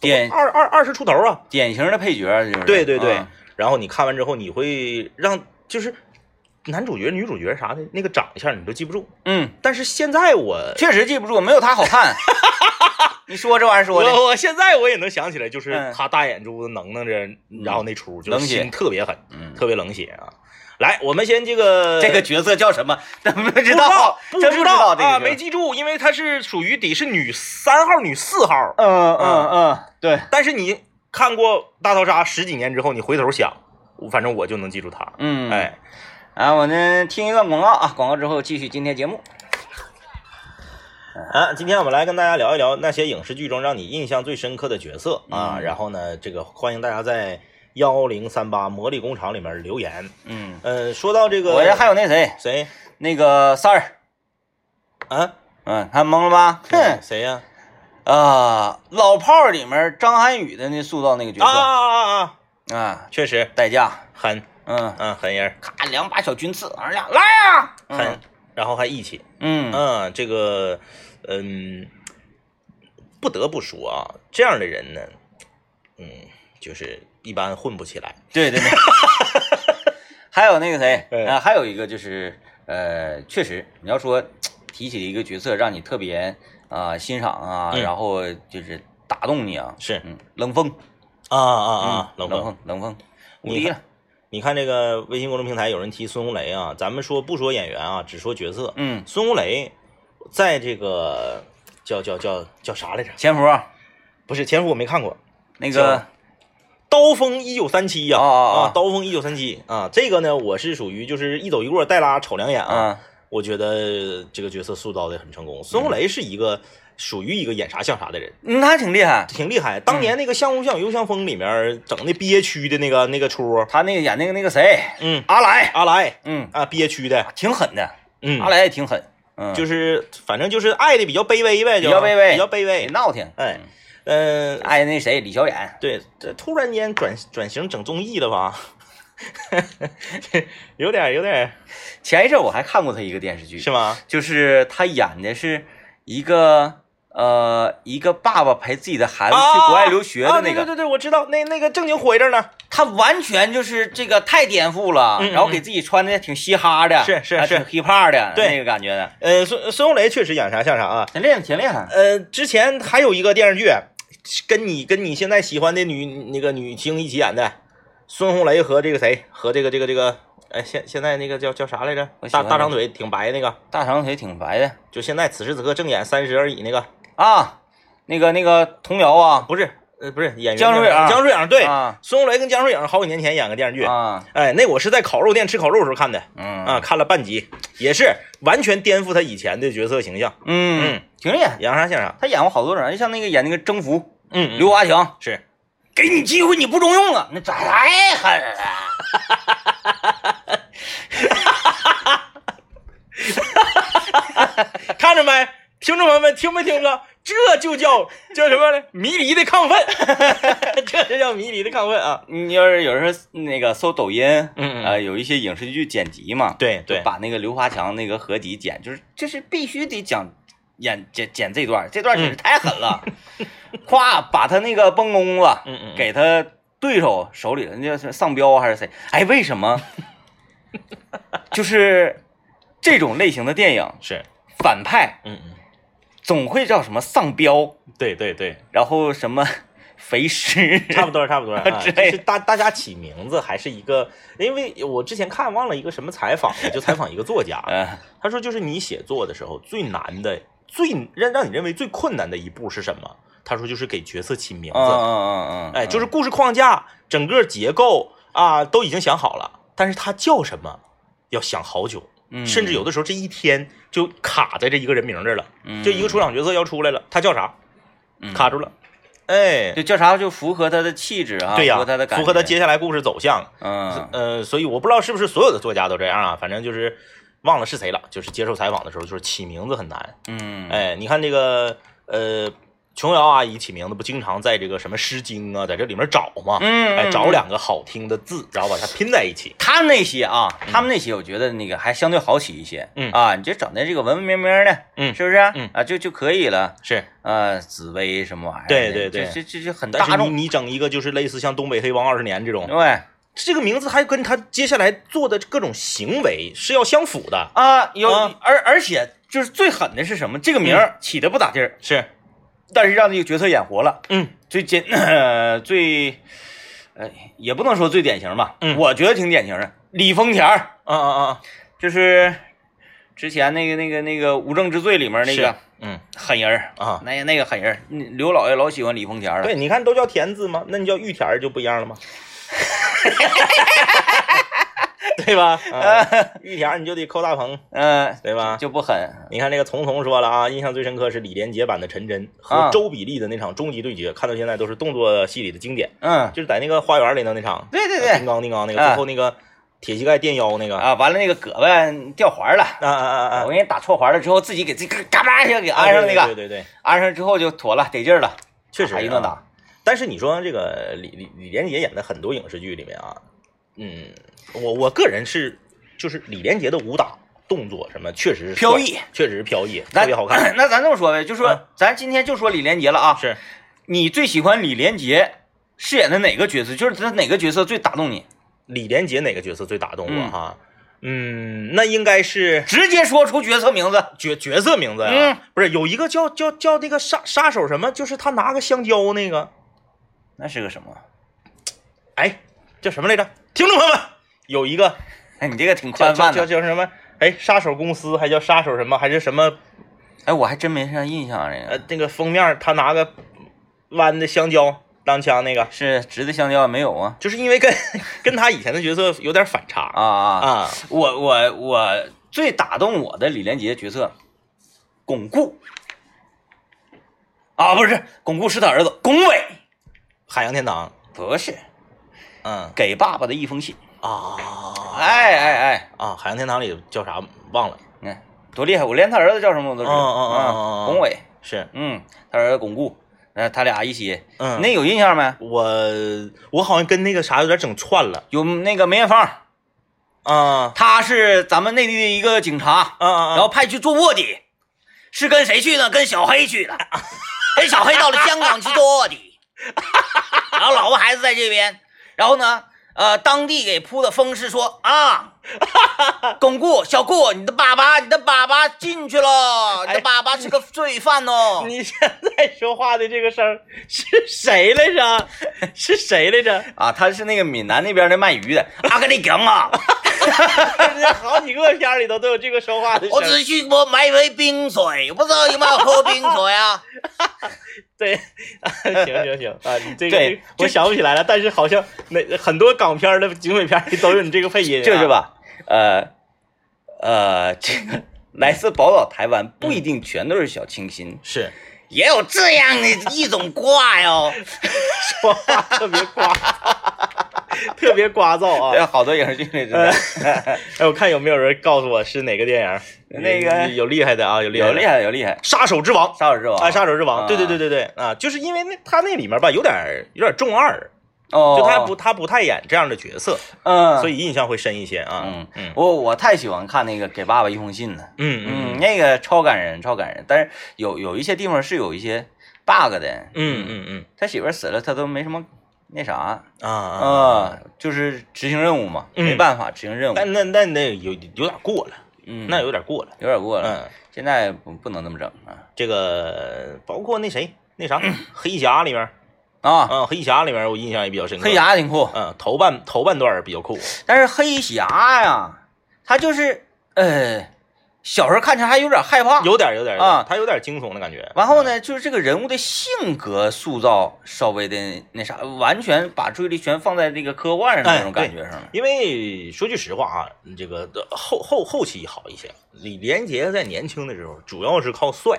[SPEAKER 1] 典
[SPEAKER 2] 二二二十出头啊，
[SPEAKER 1] 典型的配角就是。
[SPEAKER 2] 对对对，
[SPEAKER 1] 嗯
[SPEAKER 2] 然后你看完之后，你会让就是男主角、女主角啥的那个长相你都记不住，
[SPEAKER 1] 嗯，
[SPEAKER 2] 但是现 在我
[SPEAKER 1] 确实记不住，没有她好 看。你说这玩意儿说的，
[SPEAKER 2] 我我现在我也能想起来，就是
[SPEAKER 1] 嗯
[SPEAKER 2] 他大眼珠子能能着，然后那出就
[SPEAKER 1] 冷
[SPEAKER 2] 是
[SPEAKER 1] 血
[SPEAKER 2] 心特别狠，
[SPEAKER 1] 嗯
[SPEAKER 2] 特别冷血啊。来，我们先这个
[SPEAKER 1] 这个角色叫什么？咱们不
[SPEAKER 2] 不
[SPEAKER 1] 知道，
[SPEAKER 2] 不
[SPEAKER 1] 真
[SPEAKER 2] 知
[SPEAKER 1] 道这个
[SPEAKER 2] 啊，
[SPEAKER 1] 角色
[SPEAKER 2] 没记住，因为他是属于得是女三号、女四号，
[SPEAKER 1] 嗯嗯嗯，对，
[SPEAKER 2] 但是你看过《大逃杀》十几年之后，你回头想，反正我就能记住他。
[SPEAKER 1] 嗯，
[SPEAKER 2] 哎，
[SPEAKER 1] 啊，我呢听一段广告啊，广告之后继续今天节目。
[SPEAKER 2] 啊，今天我们来跟大家聊一聊那些影视剧中让你印象最深刻的角色啊。
[SPEAKER 1] 嗯
[SPEAKER 2] 然后呢，这个欢迎大家在幺零三八魔力工厂里面留言。
[SPEAKER 1] 嗯，
[SPEAKER 2] 呃，说到这个，
[SPEAKER 1] 我这还有那谁，
[SPEAKER 2] 谁
[SPEAKER 1] 那个三儿，
[SPEAKER 2] 啊？
[SPEAKER 1] 嗯，看懵了吧？哼
[SPEAKER 2] 谁呀、
[SPEAKER 1] 啊，老炮儿里面张涵予的那塑造那个角
[SPEAKER 2] 啊？啊
[SPEAKER 1] 色
[SPEAKER 2] 啊啊啊！
[SPEAKER 1] 啊，
[SPEAKER 2] 确实
[SPEAKER 1] 代驾，
[SPEAKER 2] 狠，
[SPEAKER 1] 嗯，
[SPEAKER 2] 嗯，狠人，
[SPEAKER 1] 咔两把小军刺，哎呀，来呀，
[SPEAKER 2] 狠，然后还义气。
[SPEAKER 1] 嗯，嗯
[SPEAKER 2] 嗯，这个，嗯，不得不说啊，这样的人呢，嗯，就是一般混不起来。
[SPEAKER 1] 对 对对，还有那个谁
[SPEAKER 2] 哎
[SPEAKER 1] 啊，还有一个就是呃，确实你要说提起一个角色让你特别啊、欣赏啊，
[SPEAKER 2] 嗯
[SPEAKER 1] 然后就是打动你啊，
[SPEAKER 2] 是
[SPEAKER 1] 嗯，冷风。嗯
[SPEAKER 2] 啊啊啊！
[SPEAKER 1] 冷
[SPEAKER 2] 老公。
[SPEAKER 1] 风冷风无
[SPEAKER 2] 你
[SPEAKER 1] 敌
[SPEAKER 2] 看
[SPEAKER 1] 了，
[SPEAKER 2] 你看这个微信公众平台有人提孙红雷啊，咱们说不说演员啊，只说角色。
[SPEAKER 1] 嗯，
[SPEAKER 2] 孙红雷在这个叫叫叫叫啥来着？
[SPEAKER 1] 潜伏
[SPEAKER 2] 不是前夫我没看过，《
[SPEAKER 1] 那
[SPEAKER 2] 叫
[SPEAKER 1] 个
[SPEAKER 2] 刀锋一九三七》呀
[SPEAKER 1] 啊啊啊
[SPEAKER 2] 啊，《刀锋一九三七》啊，这个呢我是属于就是一走一过带拉瞅两眼啊，
[SPEAKER 1] 啊，
[SPEAKER 2] 我觉得这个角色塑造的很成功。孙红雷是一个属于一个演啥像啥的人。
[SPEAKER 1] 嗯，他挺厉害，
[SPEAKER 2] 挺厉害，当年那个《相互相有幽香风》里面整的憋屈的那个那个出，
[SPEAKER 1] 他那个演那个那个谁，
[SPEAKER 2] 嗯，
[SPEAKER 1] 阿来，
[SPEAKER 2] 阿来
[SPEAKER 1] 嗯，
[SPEAKER 2] 啊，憋屈的，
[SPEAKER 1] 挺狠的，
[SPEAKER 2] 嗯，
[SPEAKER 1] 阿来也挺狠，嗯，
[SPEAKER 2] 就是是反正就是爱的比较卑微呗，就
[SPEAKER 1] 比较卑微
[SPEAKER 2] 比较卑
[SPEAKER 1] 也
[SPEAKER 2] 微。
[SPEAKER 1] 闹挺，
[SPEAKER 2] 哎，嗯、
[SPEAKER 1] 爱那谁李小冉，
[SPEAKER 2] 对，这突然间转转型整综艺了吧？ 有点有点
[SPEAKER 1] 前一阵我还看过他一个电视剧，
[SPEAKER 2] 是吗？
[SPEAKER 1] 就是他演的是一个呃一个爸爸陪自己的孩子
[SPEAKER 2] 啊
[SPEAKER 1] 去国外留学
[SPEAKER 2] 啊
[SPEAKER 1] 的那
[SPEAKER 2] 对
[SPEAKER 1] 个，
[SPEAKER 2] 对对，我知道，那那个正经火一阵呢。
[SPEAKER 1] 他完全就是这个太颠覆了，
[SPEAKER 2] 嗯嗯
[SPEAKER 1] 然后给自己穿的挺嘻哈的，
[SPEAKER 2] 是是
[SPEAKER 1] 啊
[SPEAKER 2] 是
[SPEAKER 1] 挺 hiphop 的
[SPEAKER 2] 对
[SPEAKER 1] 那个感觉的，
[SPEAKER 2] 呃，孙孙红雷确实演啥像啥啊。
[SPEAKER 1] 挺厉害，挺厉害。
[SPEAKER 2] 呃，之前还有一个电视剧，跟你跟你现在喜欢的女那个女星一起演的，孙红雷和这个谁和这个这个这个，呃，现现在那个叫叫啥来着
[SPEAKER 1] 我？喜
[SPEAKER 2] 大
[SPEAKER 1] 欢
[SPEAKER 2] 大
[SPEAKER 1] 那
[SPEAKER 2] 长
[SPEAKER 1] 个
[SPEAKER 2] 腿挺白那个，
[SPEAKER 1] 大长腿挺白的
[SPEAKER 2] 就现在此时此刻正演《三十而已》那个。
[SPEAKER 1] 啊，那个那个童谣啊，
[SPEAKER 2] 不是呃，不是演员
[SPEAKER 1] 江疏影
[SPEAKER 2] 江疏影对，
[SPEAKER 1] 啊
[SPEAKER 2] 孙红雷跟江疏影好几年前演个电视剧，
[SPEAKER 1] 啊，
[SPEAKER 2] 哎，那我是在烤肉店吃烤肉的时候看的，
[SPEAKER 1] 嗯
[SPEAKER 2] 啊，看了半集，也是完全颠覆他以前的角色形象，
[SPEAKER 1] 嗯
[SPEAKER 2] 嗯，
[SPEAKER 1] 挺厉害。
[SPEAKER 2] 演啥像啥，
[SPEAKER 1] 他演过好多人，像那个演那个征服
[SPEAKER 2] 嗯，
[SPEAKER 1] 刘华强，
[SPEAKER 2] 是
[SPEAKER 1] 给你机会你不中用啊，那咋太狠了？
[SPEAKER 2] 看着没，听众朋友们听没听着？这就叫叫什么呢？迷离的亢奋， 这就叫迷离的亢奋啊！
[SPEAKER 1] 你要是有时候那个搜抖音，
[SPEAKER 2] 嗯
[SPEAKER 1] 呃，有一些影视剧剪辑嘛，
[SPEAKER 2] 对
[SPEAKER 1] 就
[SPEAKER 2] 对，
[SPEAKER 1] 把那个刘华强那个合集剪，就是就是必须得讲演剪剪这段，这段
[SPEAKER 2] 嗯
[SPEAKER 1] 简直太狠了， 夸把他那个崩弓子
[SPEAKER 2] 嗯嗯，
[SPEAKER 1] 给他对手手里的那叫是丧彪还是谁？哎，为什么？ 就是这种类型的电影，
[SPEAKER 2] 是，
[SPEAKER 1] 反派
[SPEAKER 2] 嗯嗯，
[SPEAKER 1] 总会叫什么丧彪，
[SPEAKER 2] 对对对，
[SPEAKER 1] 然后什么 肥尸，
[SPEAKER 2] 差不多差不多啊，
[SPEAKER 1] 之
[SPEAKER 2] 就
[SPEAKER 1] 类
[SPEAKER 2] 是大大家起名字还是一个，因为我之前看忘了一个什么采访了，就采访一个 作家，
[SPEAKER 1] 嗯
[SPEAKER 2] 他说就是你写作的时候最难的、最让让你认为最困难的一步是什么？他说就是给角色起名
[SPEAKER 1] 嗯嗯
[SPEAKER 2] 字，
[SPEAKER 1] 嗯嗯，
[SPEAKER 2] 哎，就是故事框架、整个结构啊都已经想好了，但是他叫什么要想好久，
[SPEAKER 1] 嗯
[SPEAKER 2] 甚至有的时候这一天就卡在这一个人名这儿了，
[SPEAKER 1] 嗯
[SPEAKER 2] 就一个出场角色要出来了，他叫啥
[SPEAKER 1] 嗯
[SPEAKER 2] 卡住了，哎。
[SPEAKER 1] 就叫啥就符合他的气质啊，
[SPEAKER 2] 对呀、
[SPEAKER 1] 符合他的感觉，
[SPEAKER 2] 符合他接下来故事走向，
[SPEAKER 1] 嗯
[SPEAKER 2] 呃，所以我不知道是不是所有的作家都这样啊，反正就是忘了是谁了。就是接受采访的时候，就是起名字很难。
[SPEAKER 1] 嗯
[SPEAKER 2] 哎，你看这个呃，琼瑶阿姨起名字不经常在这个什么《诗经》啊，在这里面找嘛，
[SPEAKER 1] 嗯
[SPEAKER 2] 哎，
[SPEAKER 1] 嗯
[SPEAKER 2] 找两个好听的字，然后把它拼在一起。
[SPEAKER 1] 他们那些啊，他们那些我觉得那个还相对好起一些，
[SPEAKER 2] 嗯
[SPEAKER 1] 啊，你就整的这个文文明明的，
[SPEAKER 2] 嗯
[SPEAKER 1] 是不是？
[SPEAKER 2] 嗯
[SPEAKER 1] 啊，就就可以了。
[SPEAKER 2] 是，
[SPEAKER 1] 呃，紫薇什么玩意儿的？
[SPEAKER 2] 对对对
[SPEAKER 1] 这这这就很
[SPEAKER 2] 但
[SPEAKER 1] 大
[SPEAKER 2] 是你
[SPEAKER 1] 众，
[SPEAKER 2] 你整一个就是类似像《东北黑帮二十年》这种，
[SPEAKER 1] 对
[SPEAKER 2] 这个名字还跟他接下来做的各种行为是要相符的。
[SPEAKER 1] 啊，有
[SPEAKER 2] 啊嗯
[SPEAKER 1] 而而且就是最狠的是什么？这个名儿起的不咋地儿，
[SPEAKER 2] 是，
[SPEAKER 1] 但是让这个角色演活了。
[SPEAKER 2] 嗯
[SPEAKER 1] 最简呃最，呃也不能说最典型吧，
[SPEAKER 2] 嗯
[SPEAKER 1] 我觉得挺典型的。李丰田儿
[SPEAKER 2] 啊啊啊，
[SPEAKER 1] 就是之前那个那个那个《无证之罪》里面那
[SPEAKER 2] 是
[SPEAKER 1] 个，
[SPEAKER 2] 嗯
[SPEAKER 1] 狠人儿
[SPEAKER 2] 啊。
[SPEAKER 1] 那那个狠人儿，嗯刘老爷老喜欢李丰田了。
[SPEAKER 2] 对，你看都叫田字吗？那你叫玉田儿就不 一样了吗？对吧？啊玉田儿你就得扣大棚，
[SPEAKER 1] 嗯、
[SPEAKER 2] 对吧？
[SPEAKER 1] 哎就不狠。
[SPEAKER 2] 你看那个丛丛说了啊，印象最深刻是李连杰版的陈真
[SPEAKER 1] 啊
[SPEAKER 2] 和周比利的那场终极对决，看到现在都是动作戏里的经典，
[SPEAKER 1] 嗯，
[SPEAKER 2] 就是在那个花园里头那场，
[SPEAKER 1] 对对
[SPEAKER 2] 呃叮
[SPEAKER 1] 对。
[SPEAKER 2] 当叮当那个
[SPEAKER 1] 啊
[SPEAKER 2] 最后那个铁膝盖垫腰那个，啊
[SPEAKER 1] 啊，完了那个胳膊掉环了，
[SPEAKER 2] 啊啊啊
[SPEAKER 1] 我！给你打错环了之后，自己给自己嘎巴一下给
[SPEAKER 2] 啊
[SPEAKER 1] 安上那
[SPEAKER 2] 对
[SPEAKER 1] 个，
[SPEAKER 2] 对对对，对
[SPEAKER 1] 安上之后就妥了，得劲儿了，
[SPEAKER 2] 确实
[SPEAKER 1] 打一顿
[SPEAKER 2] 啊
[SPEAKER 1] 打。
[SPEAKER 2] 但是你说这个李李李连杰演的很多影视剧里面啊，嗯，我我个人是就是李连杰的武打动作什么，确实是
[SPEAKER 1] 飘逸
[SPEAKER 2] 帅，确实是飘逸，
[SPEAKER 1] 那
[SPEAKER 2] 特别好 看。
[SPEAKER 1] 那咱这么说呗，就说、
[SPEAKER 2] 嗯
[SPEAKER 1] 咱今天就说李连杰了啊。
[SPEAKER 2] 是，
[SPEAKER 1] 你最喜欢李连杰饰演的哪个角色？就是他哪个角色最打动你？
[SPEAKER 2] 李连杰哪个角色最打动我哈？嗯，那应该是
[SPEAKER 1] 直接说出角色名字。
[SPEAKER 2] 角角色名字呀、
[SPEAKER 1] 嗯
[SPEAKER 2] 不是有一个叫叫叫那个杀杀手什么，就是他拿个香蕉那个，
[SPEAKER 1] 那是个什么？
[SPEAKER 2] 哎，叫什么来着？听众朋友们，有一个
[SPEAKER 1] 哎，你这个挺
[SPEAKER 2] 叫
[SPEAKER 1] 宽
[SPEAKER 2] 叫
[SPEAKER 1] 泛
[SPEAKER 2] 叫
[SPEAKER 1] 的。
[SPEAKER 2] 叫什么？哎，杀手公司还叫杀手什么？还是什么？
[SPEAKER 1] 哎，我还真没啥印象啊这个。
[SPEAKER 2] 呃，那个封面儿他拿个弯的香蕉当枪那个，
[SPEAKER 1] 是直的香蕉没有啊？
[SPEAKER 2] 就是因为跟跟他以前的角色有点反差
[SPEAKER 1] 啊啊！
[SPEAKER 2] 啊。
[SPEAKER 1] 我我我最打动我的李连杰角色，巩固啊，不是巩固是他儿子巩伟，
[SPEAKER 2] 海洋天堂，
[SPEAKER 1] 不是
[SPEAKER 2] 嗯
[SPEAKER 1] 给爸爸的一封信。
[SPEAKER 2] 啊
[SPEAKER 1] 哎哎哎，
[SPEAKER 2] 啊，海洋天堂里叫啥忘了？
[SPEAKER 1] 你看多厉害！我连他儿子叫什么我都知道。
[SPEAKER 2] 嗯嗯嗯嗯
[SPEAKER 1] 啊
[SPEAKER 2] 嗯
[SPEAKER 1] 巩伟，
[SPEAKER 2] 是，
[SPEAKER 1] 嗯，他儿子巩固，呃，他俩一起，
[SPEAKER 2] 嗯，
[SPEAKER 1] 那有印象没？
[SPEAKER 2] 我我好像跟那个啥有点整串了
[SPEAKER 1] 有那个梅艳芳，
[SPEAKER 2] 啊
[SPEAKER 1] 她是咱们内地的一个警察，
[SPEAKER 2] 啊啊！
[SPEAKER 1] 然后派去做卧底，是跟谁去呢？跟小黑去 的，跟小黑到了香港去做卧底，然后老婆孩子在这边，然后呢，呃，当地给铺的风是说 啊，巩固小顾，你的爸爸，你的爸爸进去了，你的爸爸是个罪犯哦。
[SPEAKER 2] 哎你现在说话的这个声儿是谁来着？是谁来着？
[SPEAKER 1] 啊，他是那个闽南那边的卖鱼的，阿哥的强啊，
[SPEAKER 2] 好几个片儿里头都有这个说话的声。
[SPEAKER 1] 我只是去我买一杯冰水，不知道有没有喝冰水啊？
[SPEAKER 2] 对，行行行啊，你这个
[SPEAKER 1] 对
[SPEAKER 2] 这我想不起来了，但是好像那很多港片儿的警匪片儿里都有你这个配音、啊，
[SPEAKER 1] 就是？吧，呃呃，这个来自宝岛台湾不一定全都是小清新，
[SPEAKER 2] 是，
[SPEAKER 1] 也有这样的一种挂 哟。
[SPEAKER 2] 说话特别瓜， 特别聒噪啊！
[SPEAKER 1] 有好多影视剧里真的
[SPEAKER 2] 哎，我看有没有人告诉我是哪个电影儿？
[SPEAKER 1] 那个
[SPEAKER 2] 有有厉害的啊， 有厉害
[SPEAKER 1] 有
[SPEAKER 2] 的，
[SPEAKER 1] 厉害的有厉害，
[SPEAKER 2] 杀手之王。
[SPEAKER 1] 杀手之王
[SPEAKER 2] 啊，杀手之王，
[SPEAKER 1] 啊
[SPEAKER 2] 对对对对对啊，就是因为那他那里面吧，有点儿有点儿中二，
[SPEAKER 1] 哦，
[SPEAKER 2] 就他不他不太演这样的角色，
[SPEAKER 1] 嗯，
[SPEAKER 2] 所
[SPEAKER 1] 以
[SPEAKER 2] 以印象会深一些啊。
[SPEAKER 1] 嗯
[SPEAKER 2] 嗯
[SPEAKER 1] 我我太喜欢看那个给爸爸一封信了，
[SPEAKER 2] 嗯
[SPEAKER 1] 嗯，
[SPEAKER 2] 嗯
[SPEAKER 1] 那个超感人超感人，但是有有一些地方是有一些 bug 的，
[SPEAKER 2] 嗯嗯嗯
[SPEAKER 1] 他媳妇儿死了他都没什么那啥啊、
[SPEAKER 2] 嗯啊啊！
[SPEAKER 1] 就是执行任务嘛，
[SPEAKER 2] 嗯
[SPEAKER 1] 没办法执行任务，
[SPEAKER 2] 但那那那有有点过了，
[SPEAKER 1] 嗯，
[SPEAKER 2] 那有点过了。
[SPEAKER 1] 有点过了，
[SPEAKER 2] 嗯，
[SPEAKER 1] 现在不不能这么整啊
[SPEAKER 2] 这个包括那谁那啥黑侠里面，
[SPEAKER 1] 啊，
[SPEAKER 2] 嗯，黑侠里面我印象也比较深刻。
[SPEAKER 1] 黑，侠挺酷，
[SPEAKER 2] 嗯，头半头半段儿比较酷。
[SPEAKER 1] 但是黑侠呀，他就是呃，小时候看起来还有点害怕，
[SPEAKER 2] 有点儿有点儿有点儿
[SPEAKER 1] 啊
[SPEAKER 2] 他有点儿惊悚的感觉。
[SPEAKER 1] 然后呢，就是这个人物的性格塑造稍微的那啥，完全把注意力全放在这个科幻上的那种感觉上了。
[SPEAKER 2] 因为说句实话啊，这个的后后后期好一些。李连杰在年轻的时候，主要是靠帅，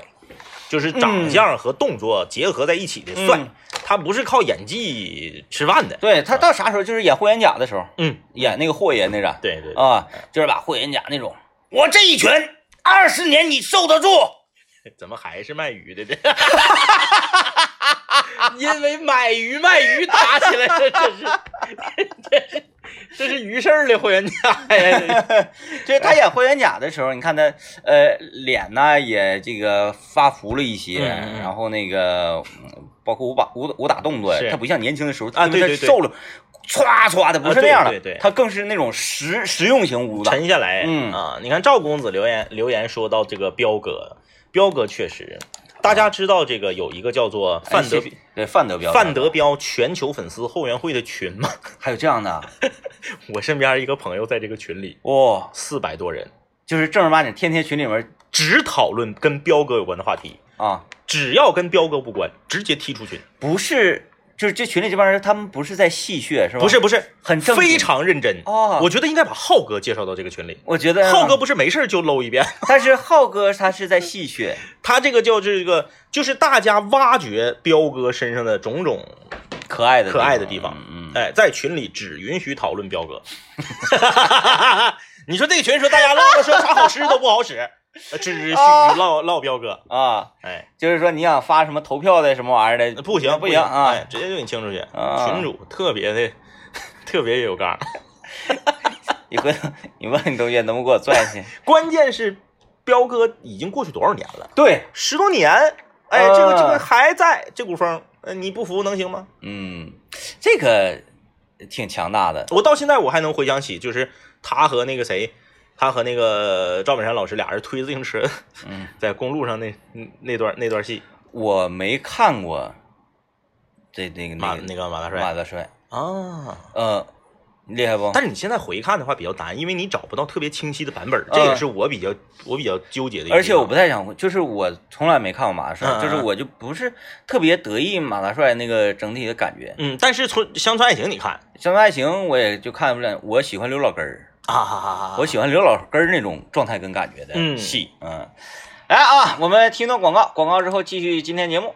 [SPEAKER 2] 就是长相和动作结合在一起的帅，
[SPEAKER 1] 嗯
[SPEAKER 2] 他不是靠演技吃饭的。
[SPEAKER 1] 对他到啥时候就是演霍元甲的时候，
[SPEAKER 2] 嗯，
[SPEAKER 1] 演那个霍爷那啥，
[SPEAKER 2] 对对对
[SPEAKER 1] 啊，就是把霍元甲那种，我这一拳二十年你受得住，
[SPEAKER 2] 怎么还是卖鱼 的呢？因为买鱼卖鱼打起来，这这是这是这是鱼事儿的霍元甲呀！
[SPEAKER 1] 就是他演霍元甲的时候，你看他呃脸呢也这个发福了一些，
[SPEAKER 2] 嗯嗯
[SPEAKER 1] 然后那个嗯包括武打武打武打动作
[SPEAKER 2] 是，
[SPEAKER 1] 他不像年轻的时候
[SPEAKER 2] 啊
[SPEAKER 1] 因为
[SPEAKER 2] 对
[SPEAKER 1] 他
[SPEAKER 2] 对对
[SPEAKER 1] 瘦了，歘歘的不
[SPEAKER 2] 啊
[SPEAKER 1] 是那
[SPEAKER 2] 对
[SPEAKER 1] 样的，
[SPEAKER 2] 对对
[SPEAKER 1] 他更是那种实实用型武打。
[SPEAKER 2] 沉下来，
[SPEAKER 1] 嗯
[SPEAKER 2] 啊，你看赵公子留言留言说到这个彪哥，彪哥确实，大家知道这个有一个叫做范德、
[SPEAKER 1] 哎对范德彪，
[SPEAKER 2] 范德彪全球粉丝后援会的群吗？
[SPEAKER 1] 还有这样的
[SPEAKER 2] 我身边一个朋友在这个群里，
[SPEAKER 1] 哦，
[SPEAKER 2] 四百多人，
[SPEAKER 1] 就是正儿八经天天群里面
[SPEAKER 2] 只讨论跟彪哥有关的话题，
[SPEAKER 1] 啊，
[SPEAKER 2] 只要跟彪哥无关，直接踢出群。
[SPEAKER 1] 不是就是这群里这帮人，他们不是在戏谑是吧？
[SPEAKER 2] 不是，不是，
[SPEAKER 1] 很正经
[SPEAKER 2] 非常认真
[SPEAKER 1] 哦啊
[SPEAKER 2] 我觉得应该把浩哥介绍到这个群里。
[SPEAKER 1] 我觉得
[SPEAKER 2] 浩哥，不是没事儿就搂一遍，
[SPEAKER 1] 但是浩哥他是在戏谑，
[SPEAKER 2] 他这个叫这个，就是大家挖掘彪哥身上的种种
[SPEAKER 1] 可爱的
[SPEAKER 2] 可爱的地方
[SPEAKER 1] 嗯，嗯
[SPEAKER 2] 哎，在群里只允许讨论彪哥。 你说这个群说大家唠唠说啥好吃都不好使，呃只许唠唠彪哥。
[SPEAKER 1] 啊。
[SPEAKER 2] 哎，
[SPEAKER 1] 就是说你想发什么投票的什么玩意儿的，
[SPEAKER 2] 呃不行
[SPEAKER 1] 不
[SPEAKER 2] 行
[SPEAKER 1] 行啊
[SPEAKER 2] 哎，直接就给你清出去。
[SPEAKER 1] 啊
[SPEAKER 2] 群主特别的， 特别有刚。
[SPEAKER 1] 你回头 你问你同学能不能给我拽 去？
[SPEAKER 2] 关键是彪哥已经过去多少年了？
[SPEAKER 1] 对，
[SPEAKER 2] 十多年。哎，这个
[SPEAKER 1] 啊
[SPEAKER 2] 这个还在这股风，呃，你不服能行吗？
[SPEAKER 1] 嗯，这个挺强大的，
[SPEAKER 2] 我到现在我还能回想起，就是他和那个谁，他和那个赵本山老师俩人推自行车，
[SPEAKER 1] 嗯，
[SPEAKER 2] 在公路上那那段那段戏，
[SPEAKER 1] 我没看过这那个
[SPEAKER 2] 马
[SPEAKER 1] 那
[SPEAKER 2] 那
[SPEAKER 1] 个
[SPEAKER 2] 个马大
[SPEAKER 1] 马
[SPEAKER 2] 帅
[SPEAKER 1] 大帅，
[SPEAKER 2] 啊。
[SPEAKER 1] 嗯，厉害不？
[SPEAKER 2] 但是你现在回看的话比较难，因为你找不到特别清晰的版本，这也
[SPEAKER 1] 嗯
[SPEAKER 2] 是我比较我比较纠结的一个地方。
[SPEAKER 1] 而且我不太想，就是我从来没看过马大
[SPEAKER 2] 嗯嗯
[SPEAKER 1] 帅，就是我就不是特别得意马大帅那个整体的感觉。
[SPEAKER 2] 嗯，但是从《乡村爱情》你看
[SPEAKER 1] 《乡村爱情》我也就看不了，我喜欢刘老根儿。
[SPEAKER 2] 啊
[SPEAKER 1] 我喜欢刘老根儿那种状态跟感觉
[SPEAKER 2] 嗯
[SPEAKER 1] 的戏，嗯，来啊，我们听段广告，广告之后继续今天节目。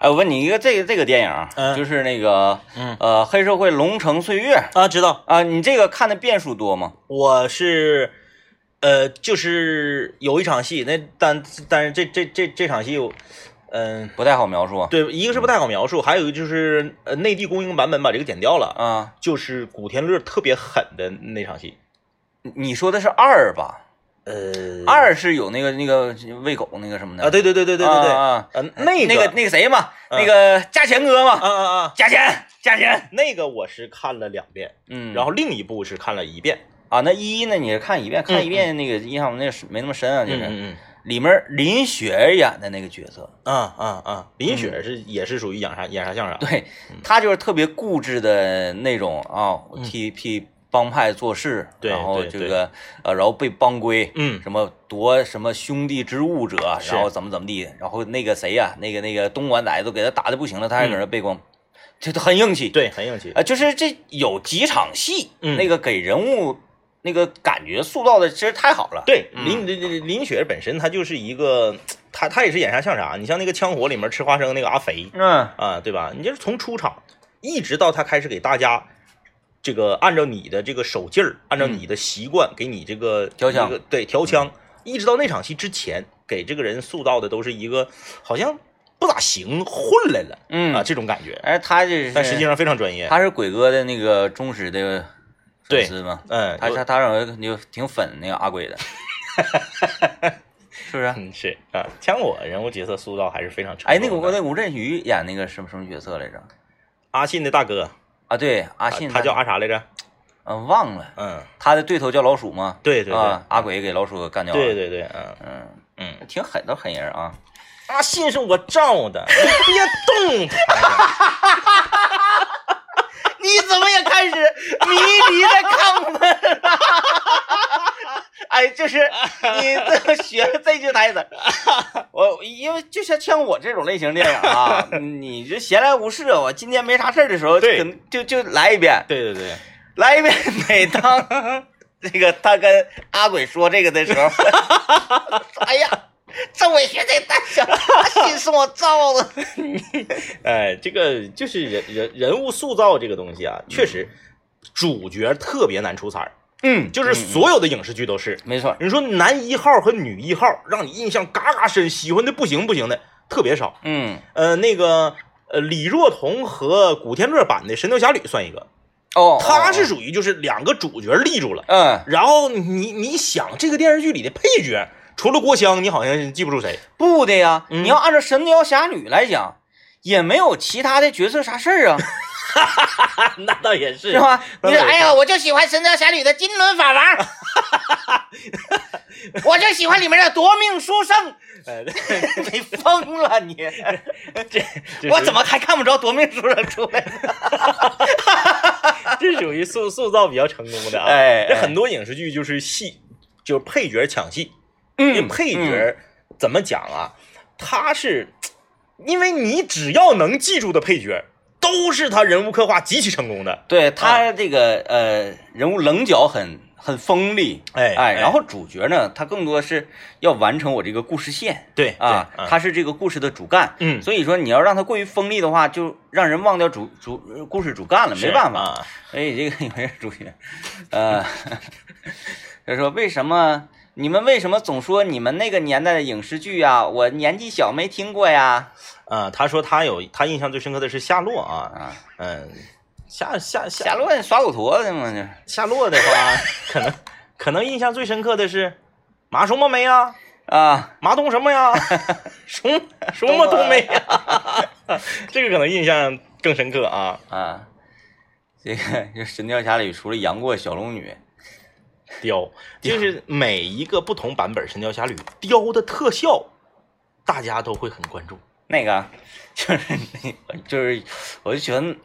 [SPEAKER 1] 哎，我问你一个，这个这个电影啊，
[SPEAKER 2] 嗯
[SPEAKER 1] 就是那个，
[SPEAKER 2] 嗯
[SPEAKER 1] 呃，黑社会《龙城岁月》
[SPEAKER 2] 啊知道，
[SPEAKER 1] 啊，你这个看的遍数多吗？
[SPEAKER 2] 我是，呃，就是有一场戏，那但但是这这这这场戏我，嗯、
[SPEAKER 1] 不太好描述啊，
[SPEAKER 2] 对，一个是不太好描述，还有一个就是呃内地公映版本把这个剪掉了，
[SPEAKER 1] 啊，
[SPEAKER 2] 就是古天乐特别狠的那场戏，
[SPEAKER 1] 你你说的是二吧？
[SPEAKER 2] 呃，
[SPEAKER 1] 二是有那个那个喂狗那个什么的
[SPEAKER 2] 啊，对对对对对对对，
[SPEAKER 1] 啊啊
[SPEAKER 2] 呃那
[SPEAKER 1] 那
[SPEAKER 2] 个
[SPEAKER 1] 那个谁嘛，
[SPEAKER 2] 嗯
[SPEAKER 1] 那个加钱哥嘛，
[SPEAKER 2] 啊啊啊，
[SPEAKER 1] 加钱加钱，
[SPEAKER 2] 那个我是看了两遍，
[SPEAKER 1] 嗯，
[SPEAKER 2] 然后另一部是看了一遍，
[SPEAKER 1] 啊，那一呢，你是看一遍，看
[SPEAKER 2] 嗯
[SPEAKER 1] 一
[SPEAKER 2] 嗯
[SPEAKER 1] 遍那个印象那是没那么深啊，就是。
[SPEAKER 2] 嗯
[SPEAKER 1] 里面林雪演的那个角色，
[SPEAKER 2] 嗯啊啊啊，林雪是也是属于演啥演啥像啥，
[SPEAKER 1] 对她就是特别固执的那种啊，我替替帮派做事，
[SPEAKER 2] 嗯对
[SPEAKER 1] 然后
[SPEAKER 2] 对
[SPEAKER 1] 这
[SPEAKER 2] 对
[SPEAKER 1] 个呃，然后被帮规，
[SPEAKER 2] 嗯
[SPEAKER 1] 什么夺什么兄弟之物者，
[SPEAKER 2] 是
[SPEAKER 1] 然后怎么怎么地，然后那个谁呀、那个那个东莞仔都给他打的不行了，他还搁那背光，这都很硬气。
[SPEAKER 2] 嗯对，很硬气
[SPEAKER 1] 啊、。就是这有几场戏，
[SPEAKER 2] 嗯
[SPEAKER 1] 那个给人物那个感觉塑造的其实太好了。，
[SPEAKER 2] 对，
[SPEAKER 1] 嗯
[SPEAKER 2] 林林林林雪本身她就是一个，她她也是演啥像啥。啊你像那个《枪火》里面吃花生那个阿肥
[SPEAKER 1] 嗯
[SPEAKER 2] 啊，对吧？你就是从出场一直到她开始给大家这个按照你的这个手劲儿，按照你的习惯给你这个
[SPEAKER 1] 嗯调枪嗯
[SPEAKER 2] 这个对调枪，一直到那场戏之前，给这个人塑造的都是一个好像不咋行，混来了
[SPEAKER 1] 嗯，
[SPEAKER 2] 啊这种感觉，
[SPEAKER 1] 而他这是，
[SPEAKER 2] 但实际上非常专业。
[SPEAKER 1] 他是鬼哥的那个忠实的粉
[SPEAKER 2] 对
[SPEAKER 1] 丝嘛，
[SPEAKER 2] 嗯，
[SPEAKER 1] 他他他认为你就挺粉那个阿 鬼的，是不是？
[SPEAKER 2] 嗯是啊，枪火人物角色塑造还是非常成
[SPEAKER 1] 哎，那
[SPEAKER 2] 功的。
[SPEAKER 1] 个我那吴镇宇演那个什么什么角色来着？
[SPEAKER 2] 阿信的大哥，
[SPEAKER 1] 啊，对，阿
[SPEAKER 2] 阿
[SPEAKER 1] 信
[SPEAKER 2] 他叫阿啥来着？
[SPEAKER 1] 嗯忘了，
[SPEAKER 2] 嗯，
[SPEAKER 1] 他的对头叫老鼠吗？
[SPEAKER 2] 对对对，
[SPEAKER 1] 啊，阿鬼给老鼠干掉了。
[SPEAKER 2] 对对对，嗯
[SPEAKER 1] 嗯，
[SPEAKER 2] 嗯，
[SPEAKER 1] 挺狠的狠人啊。
[SPEAKER 2] 阿信是我罩的，你别动他。
[SPEAKER 1] 你怎么也开始迷离的亢奋了？ 哎，就是你这学这句台词儿，我因为就像像我这种类型电影 啊，你就闲来无事，我今天没啥事儿的时候，
[SPEAKER 2] 对
[SPEAKER 1] 可能就就来一遍，
[SPEAKER 2] 对对对，
[SPEAKER 1] 来一遍。 每 当这个他跟阿鬼说这个的时候， 哎呀，这我学这大小，心是我造的。
[SPEAKER 2] 哎，这个就是人人人物塑造这个东西啊，确实主角特别难出彩儿，
[SPEAKER 1] 嗯，
[SPEAKER 2] 就是所有的影视剧都是。
[SPEAKER 1] 没错，
[SPEAKER 2] 你说男一号和女一号让你印象嘎嘎深，喜欢的不行不行的特别少。
[SPEAKER 1] 嗯，
[SPEAKER 2] 呃，那个呃，李若彤和古天乐版的《神雕侠侣》算一个，
[SPEAKER 1] 哦，
[SPEAKER 2] 他是
[SPEAKER 1] 哦
[SPEAKER 2] 属于就是两个主角立住了。
[SPEAKER 1] 嗯。
[SPEAKER 2] 然后你你想这个电视剧里的配角，除了郭襄，你好像记不住谁。
[SPEAKER 1] 不的呀，
[SPEAKER 2] 嗯
[SPEAKER 1] 你要按照《神雕侠侣》来讲，也没有其他的角色啥事儿啊，
[SPEAKER 2] 那倒也 是
[SPEAKER 1] 是 吧？
[SPEAKER 2] 那
[SPEAKER 1] 你
[SPEAKER 2] 没
[SPEAKER 1] 说，
[SPEAKER 2] 有
[SPEAKER 1] 哎呀，我就喜欢《神雕侠侣》的金轮法 王，我就喜欢里面的夺命书生，
[SPEAKER 2] 呃、
[SPEAKER 1] 你疯了你！
[SPEAKER 2] 这
[SPEAKER 1] 我怎么还看不着夺命书生出来呢？
[SPEAKER 2] 这属于 塑塑造比较成功的啊？
[SPEAKER 1] 哎
[SPEAKER 2] 这很多影视剧就是戏，就是配角抢戏，因为
[SPEAKER 1] 嗯
[SPEAKER 2] 配角怎么讲啊？他是因为你只要能记住的配角，都是他人物刻画极其成功的。
[SPEAKER 1] 对
[SPEAKER 2] 啊
[SPEAKER 1] 他这个呃人物棱角很很锋利，
[SPEAKER 2] 哎
[SPEAKER 1] 哎，
[SPEAKER 2] 哎
[SPEAKER 1] 然后主角呢，他更多是要完成我这个故事线，
[SPEAKER 2] 对
[SPEAKER 1] 啊，他是这个故事的主干，
[SPEAKER 2] 嗯
[SPEAKER 1] 所以说你要让他过于锋利的话，就让人忘掉主主呃故事主干了，没办法。
[SPEAKER 2] 法，
[SPEAKER 1] 所以这个有人主角，呃， 他说为什么你们为什么总说你们那个年代的影视剧啊，我年纪小没听过呀？
[SPEAKER 2] 啊，他说他有他印象最深刻的是夏洛啊，
[SPEAKER 1] 啊，
[SPEAKER 2] 嗯，夏夏夏
[SPEAKER 1] 夏洛耍狗驼的嘛，这
[SPEAKER 2] 夏洛的 话，可能可能印象最深刻的是麻什么梅呀，
[SPEAKER 1] 啊，
[SPEAKER 2] 麻东什么 呀，什么什么东梅呀， 这个可能印象更深刻啊。
[SPEAKER 1] 啊，这个就《神雕侠侣》除了杨过、小龙女，
[SPEAKER 2] 雕 就是每一个不同版本《神雕侠侣》雕的特效，大家都会很关注。
[SPEAKER 1] 那个 就是那个就是，我就觉得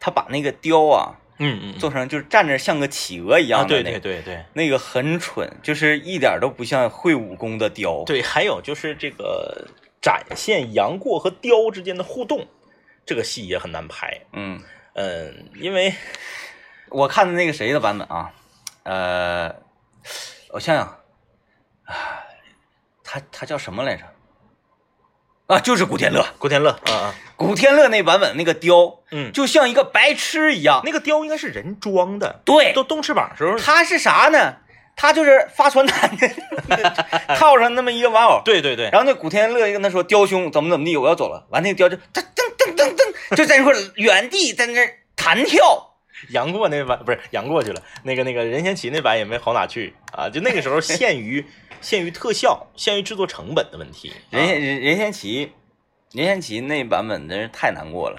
[SPEAKER 1] 他把那个雕啊
[SPEAKER 2] 嗯嗯
[SPEAKER 1] 做成就是站着像个企鹅一样
[SPEAKER 2] 啊，
[SPEAKER 1] 的那
[SPEAKER 2] 对
[SPEAKER 1] 个，
[SPEAKER 2] 对对对
[SPEAKER 1] 那个很蠢，就是一点都不像会武功的雕。
[SPEAKER 2] 对，还有就是这个展现杨过和雕之间的互动，这个戏也很难拍。
[SPEAKER 1] 嗯，
[SPEAKER 2] 嗯，因为
[SPEAKER 1] 我看的那个谁的版本啊，呃，我想想，啊，他他叫什么来着？啊，就是古天乐，
[SPEAKER 2] 郭天乐啊啊，
[SPEAKER 1] 古天乐那版本那个雕，
[SPEAKER 2] 嗯，
[SPEAKER 1] 就像一个白痴一样。
[SPEAKER 2] 那个雕应该是人装的，
[SPEAKER 1] 对，
[SPEAKER 2] 都动翅膀的时候，
[SPEAKER 1] 他是啥呢？他就是发传单的， 套上那么一个玩偶。
[SPEAKER 2] 对对对，
[SPEAKER 1] 然后那古天乐就跟他说：“雕兄，怎么怎么地，我要走了。”完，那个雕就噔噔噔噔噔，就在那块儿原地在那儿弹跳。
[SPEAKER 2] 杨过那版不是杨过去了，那个那个任贤齐那版也没好哪去啊，就那个时候限于限于特效、限于制作成本的问题，啊
[SPEAKER 1] 任贤任任贤齐，任贤齐那版本真是太难过了。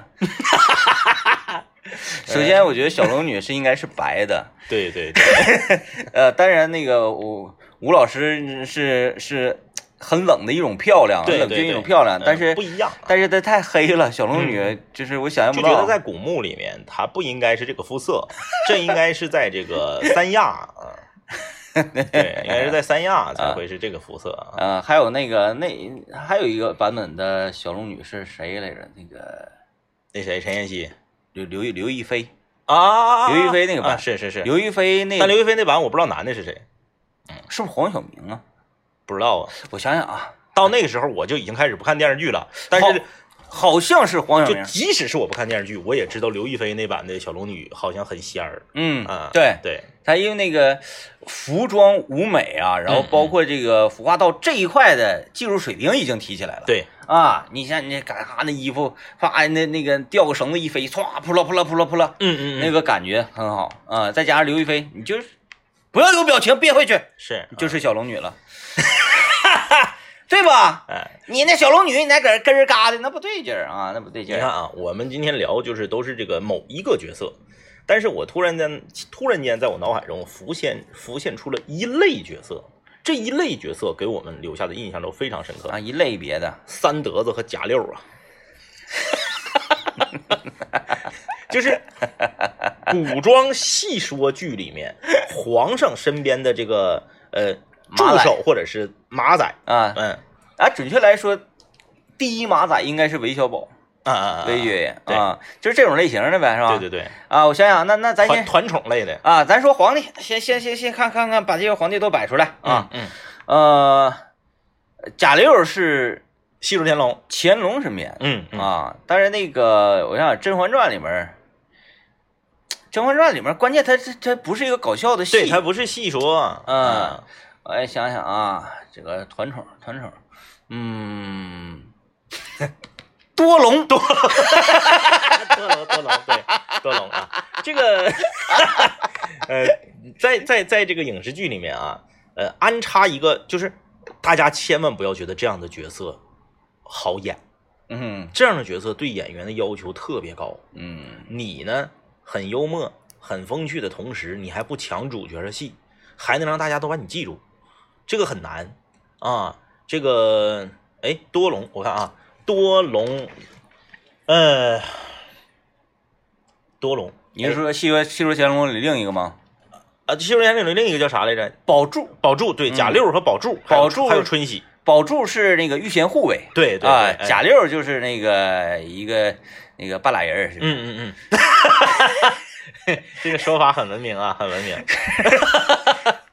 [SPEAKER 1] 首先，我觉得小龙女是应该是白的，
[SPEAKER 2] 啊对对对，
[SPEAKER 1] 呃，当然那个吴吴老师是是很冷的一种漂亮，
[SPEAKER 2] 对
[SPEAKER 1] 很冷
[SPEAKER 2] 对
[SPEAKER 1] 静
[SPEAKER 2] 对
[SPEAKER 1] 一种漂亮，
[SPEAKER 2] 嗯
[SPEAKER 1] 但是
[SPEAKER 2] 不一样啊，
[SPEAKER 1] 但是它太黑了，小龙女、嗯就是我想象
[SPEAKER 2] 就
[SPEAKER 1] 不
[SPEAKER 2] 觉
[SPEAKER 1] 到
[SPEAKER 2] 得，在古墓里面，它不应该是这个肤色，这应该是在这个三亚啊，对，应该是在 三亚才会是这个肤色啊。
[SPEAKER 1] 呃，还有那个那还有一个版本的小龙女是谁来着？那个
[SPEAKER 2] 那谁，陈妍希
[SPEAKER 1] 刘刘亦刘亦菲，
[SPEAKER 2] 啊
[SPEAKER 1] 刘亦菲那个版
[SPEAKER 2] 啊是是是，
[SPEAKER 1] 刘亦菲那
[SPEAKER 2] 但刘亦菲那版我不知道男的是谁，
[SPEAKER 1] 是不是黄晓明啊？
[SPEAKER 2] 不知道啊。
[SPEAKER 1] 我想想啊，
[SPEAKER 2] 到那个时候我就已经开始不看电视剧了，但
[SPEAKER 1] 哦
[SPEAKER 2] 是
[SPEAKER 1] 好像是黄晓
[SPEAKER 2] 就
[SPEAKER 1] 明，
[SPEAKER 2] 即使是我不看电视剧，我也知道刘亦菲那版的小龙女好像很仙儿
[SPEAKER 1] 嗯
[SPEAKER 2] 啊，。
[SPEAKER 1] 对，
[SPEAKER 2] 对，
[SPEAKER 1] 他因为那个服装舞美啊，然
[SPEAKER 2] 嗯
[SPEAKER 1] 后包括这个服化道这一块的技术水平已经提起来了。
[SPEAKER 2] 对，
[SPEAKER 1] 啊，你像你嘎哈那衣服，啪那那个吊个绳子一飞，唰扑啦扑啦扑啦扑啦，
[SPEAKER 2] 嗯嗯
[SPEAKER 1] 那
[SPEAKER 2] 个
[SPEAKER 1] 个感觉很好啊。再加上刘亦菲，你就是不要有表情，憋回去，
[SPEAKER 2] 是
[SPEAKER 1] 就是是小龙女了， 对吧？
[SPEAKER 2] 哎，
[SPEAKER 1] 你那小龙女，你还搁这咯吱嘎的，那不对劲儿啊，那不对
[SPEAKER 2] 你
[SPEAKER 1] 劲
[SPEAKER 2] 看
[SPEAKER 1] 儿。
[SPEAKER 2] 啊，我们今天聊就是都是这个某一个角色，但是我突然间突然间在我脑海中浮现浮现出了一类角色，这一类角色给我们留下的印象都非常深刻，
[SPEAKER 1] 啊，一类别的，
[SPEAKER 2] 三德子和贾六啊。 就是古装戏说剧里面，皇上身边的这个呃
[SPEAKER 1] 马
[SPEAKER 2] 助
[SPEAKER 1] 仔
[SPEAKER 2] 手或者是马仔，
[SPEAKER 1] 啊
[SPEAKER 2] 嗯
[SPEAKER 1] 啊，准确来说，第一马仔应该是韦小宝。
[SPEAKER 2] 啊啊，
[SPEAKER 1] 微越野
[SPEAKER 2] 对
[SPEAKER 1] 啊，就是这种类型的呗，是吧？
[SPEAKER 2] 对对对，
[SPEAKER 1] 啊，我想想，那那咱
[SPEAKER 2] 团
[SPEAKER 1] 先
[SPEAKER 2] 团宠类的
[SPEAKER 1] 啊，咱说皇帝，先先先先看看看，把这些皇帝都摆出来啊
[SPEAKER 2] 啊。，嗯，
[SPEAKER 1] 呃，贾六是
[SPEAKER 2] 戏说乾隆，
[SPEAKER 1] 乾隆身边
[SPEAKER 2] 嗯
[SPEAKER 1] 的，啊，但是那个我想想，《甄嬛传》里面儿，《甄嬛传》里面儿，关键它它它不是一个搞笑的戏，
[SPEAKER 2] 对，它不是戏说，啊
[SPEAKER 1] 嗯，我也想想啊，这个团宠团宠，嗯，多隆多
[SPEAKER 2] 多隆多隆，对，多隆啊，这个， 呃，在在在这个影视剧里面啊，呃，安插一个就是大家千万不要觉得这样的角色好演，
[SPEAKER 1] 嗯
[SPEAKER 2] 这样的角色对演员的要求特别高，
[SPEAKER 1] 嗯
[SPEAKER 2] 你呢很幽默、很风趣的同时，你还不抢主角的戏，还能让大家都把你记住，这个很难啊。这个哎，多隆，我看啊，多隆，呃，多隆，
[SPEAKER 1] 你是说《戏说戏说乾隆》里另一个吗？
[SPEAKER 2] 啊，《西游记》里另一个叫啥来着？宝柱，宝柱，对，贾六和宝柱，还有
[SPEAKER 1] 宝柱
[SPEAKER 2] 还有春喜，
[SPEAKER 1] 宝柱是那个御前护卫，
[SPEAKER 2] 对对
[SPEAKER 1] 啊，
[SPEAKER 2] 对哎
[SPEAKER 1] 贾六就是那个一个那个半拉人儿，
[SPEAKER 2] 嗯嗯嗯， 这个说法很文明啊，很文明。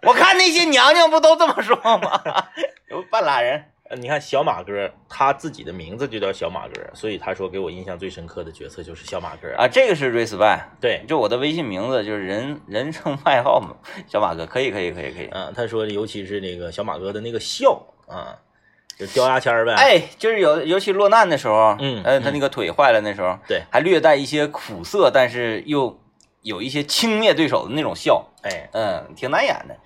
[SPEAKER 1] 我看那些娘娘不都这么说吗？ 有半拉人，
[SPEAKER 2] 呃，你看小马哥，他自己的名字就叫小马哥，所以他说给我印象最深刻的角色就是小马哥
[SPEAKER 1] 啊，。这个是 respect，
[SPEAKER 2] 对，
[SPEAKER 1] 就我的微信名字就是人 人称外号嘛，小马哥，可以可以可以可以，
[SPEAKER 2] 啊，他说的尤其是那个小马哥的那个笑啊，就掉牙签儿呗。，
[SPEAKER 1] 哎，就是有尤其落难的时候，
[SPEAKER 2] 嗯
[SPEAKER 1] 呃，他那个腿坏了那时候，
[SPEAKER 2] 对
[SPEAKER 1] 还略带一些苦涩，但是又有一些轻蔑对手的那种笑，
[SPEAKER 2] 哎，
[SPEAKER 1] 嗯，挺难演的。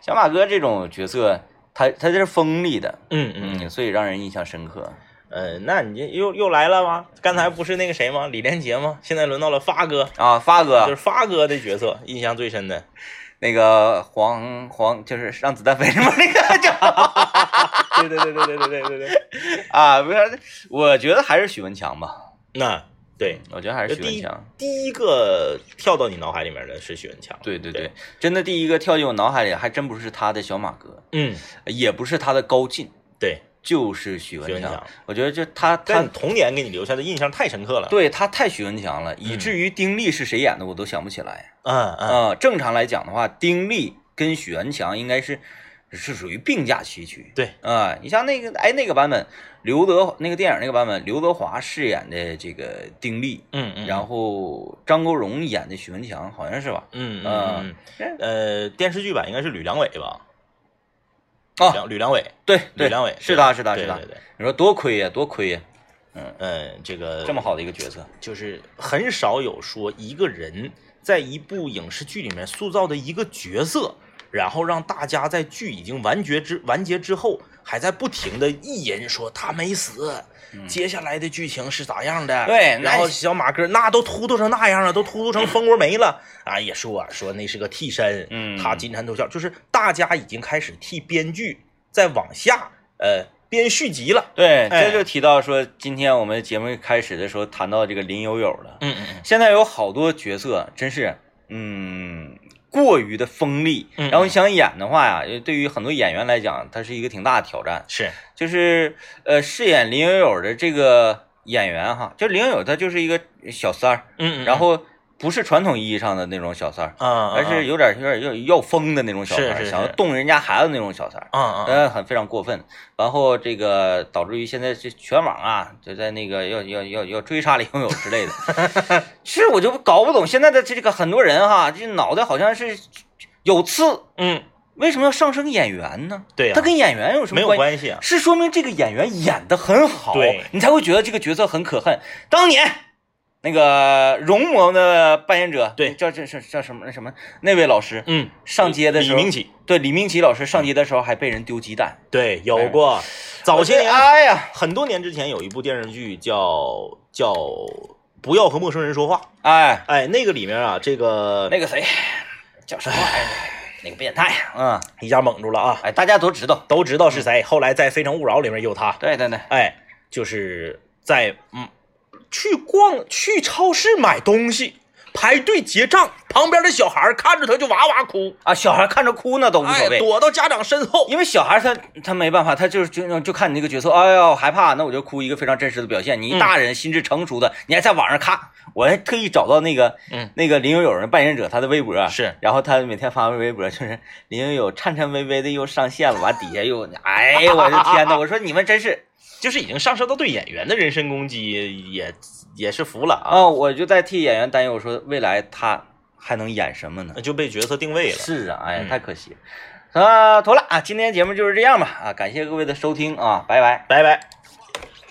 [SPEAKER 1] 小马哥这种角色，他他这是锋利的，
[SPEAKER 2] 嗯嗯，
[SPEAKER 1] 嗯，所以让人印象深刻。
[SPEAKER 2] 呃，那你这又又来了吗？刚才不是那个谁吗？李连杰吗？现在轮到了发哥，
[SPEAKER 1] 啊，发
[SPEAKER 2] 就是
[SPEAKER 1] 哥，
[SPEAKER 2] 发哥的角色印象最深的。
[SPEAKER 1] 那个黄黄就是让子弹飞什么那个 叫
[SPEAKER 2] 对对对对对对对对对。
[SPEAKER 1] 啊，不是，我觉得还是许文强吧， 嗯
[SPEAKER 2] 那对，
[SPEAKER 1] 我觉得还
[SPEAKER 2] 就
[SPEAKER 1] 许
[SPEAKER 2] 是第
[SPEAKER 1] 文
[SPEAKER 2] 一
[SPEAKER 1] 强。
[SPEAKER 2] 第一个跳到你脑海里面的是许文强。
[SPEAKER 1] 对对
[SPEAKER 2] 对
[SPEAKER 1] 对，真的第一个跳进我脑海里，还真不是他的小马哥，呃
[SPEAKER 2] 嗯，
[SPEAKER 1] 也不是他的高进，
[SPEAKER 2] 对，
[SPEAKER 1] 就是许文
[SPEAKER 2] 许文
[SPEAKER 1] 强
[SPEAKER 2] 强。
[SPEAKER 1] 我觉得就他
[SPEAKER 2] 但你
[SPEAKER 1] 他
[SPEAKER 2] 童年给你留下的印象太深刻了。
[SPEAKER 1] 对他太许文强了，以至于丁力是谁演的我都想不起来。
[SPEAKER 2] 嗯嗯。
[SPEAKER 1] 啊、正常来讲的话，丁力跟许文强应该是是属于并驾齐驱。
[SPEAKER 2] 对
[SPEAKER 1] 啊、你像那个哎那个版本，刘德那个电影那个版本，刘德华饰演的这个丁力，
[SPEAKER 2] 嗯嗯，后
[SPEAKER 1] 然后张国荣演的许文强，好像是吧？
[SPEAKER 2] 嗯
[SPEAKER 1] 啊
[SPEAKER 2] 嗯嗯呃，电视剧版应该是吕良伟吧？吕
[SPEAKER 1] 啊，
[SPEAKER 2] 良吕良伟，
[SPEAKER 1] 对
[SPEAKER 2] 吕
[SPEAKER 1] 对
[SPEAKER 2] 良伟，
[SPEAKER 1] 是
[SPEAKER 2] 对
[SPEAKER 1] 他是他
[SPEAKER 2] 对
[SPEAKER 1] 是他
[SPEAKER 2] 对，对，
[SPEAKER 1] 你说多亏呀、多亏呀、
[SPEAKER 2] 嗯，这个
[SPEAKER 1] 这么好的一个角色，
[SPEAKER 2] 就是很少有说一个人在一部影视剧里面塑造的一个角色，然后让大家在剧已经完结之完结之后，还在不停的意淫说他没死，接下来的剧情是咋样的？
[SPEAKER 1] 对那
[SPEAKER 2] 然后小马哥那都突突成那样了，都突突成蜂窝煤了啊！也说、啊、说那是个替身，
[SPEAKER 1] 嗯
[SPEAKER 2] 他金蝉脱壳，就是大家已经开始替编剧在往下呃编续集了。
[SPEAKER 1] 对，
[SPEAKER 2] 哎
[SPEAKER 1] 这就提到说，今天我们节目开始的时候谈到这个林有有了。
[SPEAKER 2] 嗯嗯
[SPEAKER 1] 现在有好多角色真是，嗯，过于的锋利。
[SPEAKER 2] 嗯
[SPEAKER 1] 然后你想演的话呀，呃对于很多演员来讲，它是一个挺大的挑战。
[SPEAKER 2] 是，
[SPEAKER 1] 就是呃，饰演林有有的这个演员哈，就林有有他就是一个小三儿，
[SPEAKER 2] 嗯
[SPEAKER 1] 然后不是传统意义上的那种小三儿，
[SPEAKER 2] 啊，
[SPEAKER 1] 而是有点有点要要疯的那种小三
[SPEAKER 2] 是
[SPEAKER 1] 儿，
[SPEAKER 2] 是
[SPEAKER 1] 想要
[SPEAKER 2] 是
[SPEAKER 1] 动人家孩子那种小三儿。
[SPEAKER 2] 啊啊
[SPEAKER 1] 呃，很非常过分。然后这个导致于现在这全网啊，就在那个要要要要追杀林有有之类的。 其实我就搞不懂现在的这个很多人哈，这脑袋好像是有刺，
[SPEAKER 2] 嗯，
[SPEAKER 1] 为什么要上升演员呢？
[SPEAKER 2] 对呀啊
[SPEAKER 1] 他跟演员有什么
[SPEAKER 2] 没有
[SPEAKER 1] 关系？
[SPEAKER 2] 关系啊，
[SPEAKER 1] 是说明这个演员演的很好，
[SPEAKER 2] 对
[SPEAKER 1] 你才会觉得这个角色很可恨。当年那个容嬷嬷的扮演者，
[SPEAKER 2] 对
[SPEAKER 1] 叫叫叫叫什么那什么那位老师，
[SPEAKER 2] 嗯，
[SPEAKER 1] 上街的时候，
[SPEAKER 2] 李明启
[SPEAKER 1] 对李明启老师上街的时候还被人丢鸡蛋，
[SPEAKER 2] 对有过，早些年
[SPEAKER 1] 哎呀，
[SPEAKER 2] 很多年之前有一部电视剧叫叫《不要和陌生人说话》，
[SPEAKER 1] 哎，
[SPEAKER 2] 哎，那个里面啊，这个
[SPEAKER 1] 那个谁叫什么玩意儿？那个变态，嗯，
[SPEAKER 2] 一下蒙住了啊，
[SPEAKER 1] 哎，大家都知道，
[SPEAKER 2] 都知道是谁，后来在《非诚勿扰》里面有他，
[SPEAKER 1] 对对对，
[SPEAKER 2] 哎，就是在嗯，去逛去超市买东西，排队结账，旁边的小孩看着他就哇哇哭，
[SPEAKER 1] 啊，小孩看着哭那都无所
[SPEAKER 2] 哎，
[SPEAKER 1] 谓。
[SPEAKER 2] 躲到家长身后，
[SPEAKER 1] 因为小孩他他没办法，他就是就就看你那个角色，哎呦害怕，那我就哭一个非常真实的表现。你一大人心智成熟的，你还在网上看，我还特意找到那个
[SPEAKER 2] 嗯
[SPEAKER 1] 那个林有有人扮演者他的微博啊
[SPEAKER 2] 是，
[SPEAKER 1] 然后他每天发微博就是林有有颤颤巍巍的又上线了，完底下又哎呦我的天呐，我说你们真是
[SPEAKER 2] 就是已经上升到对演员的人身攻击也，也是服了啊，
[SPEAKER 1] 啊、我就在替演员担忧，我说未来他还能演什么呢？
[SPEAKER 2] 就被角色定位了。
[SPEAKER 1] 是啊，哎呀
[SPEAKER 2] 嗯
[SPEAKER 1] 太可惜了。啊，妥了啊，今天节目就是这样吧啊，感谢各位的收听啊，拜拜。
[SPEAKER 2] 拜拜。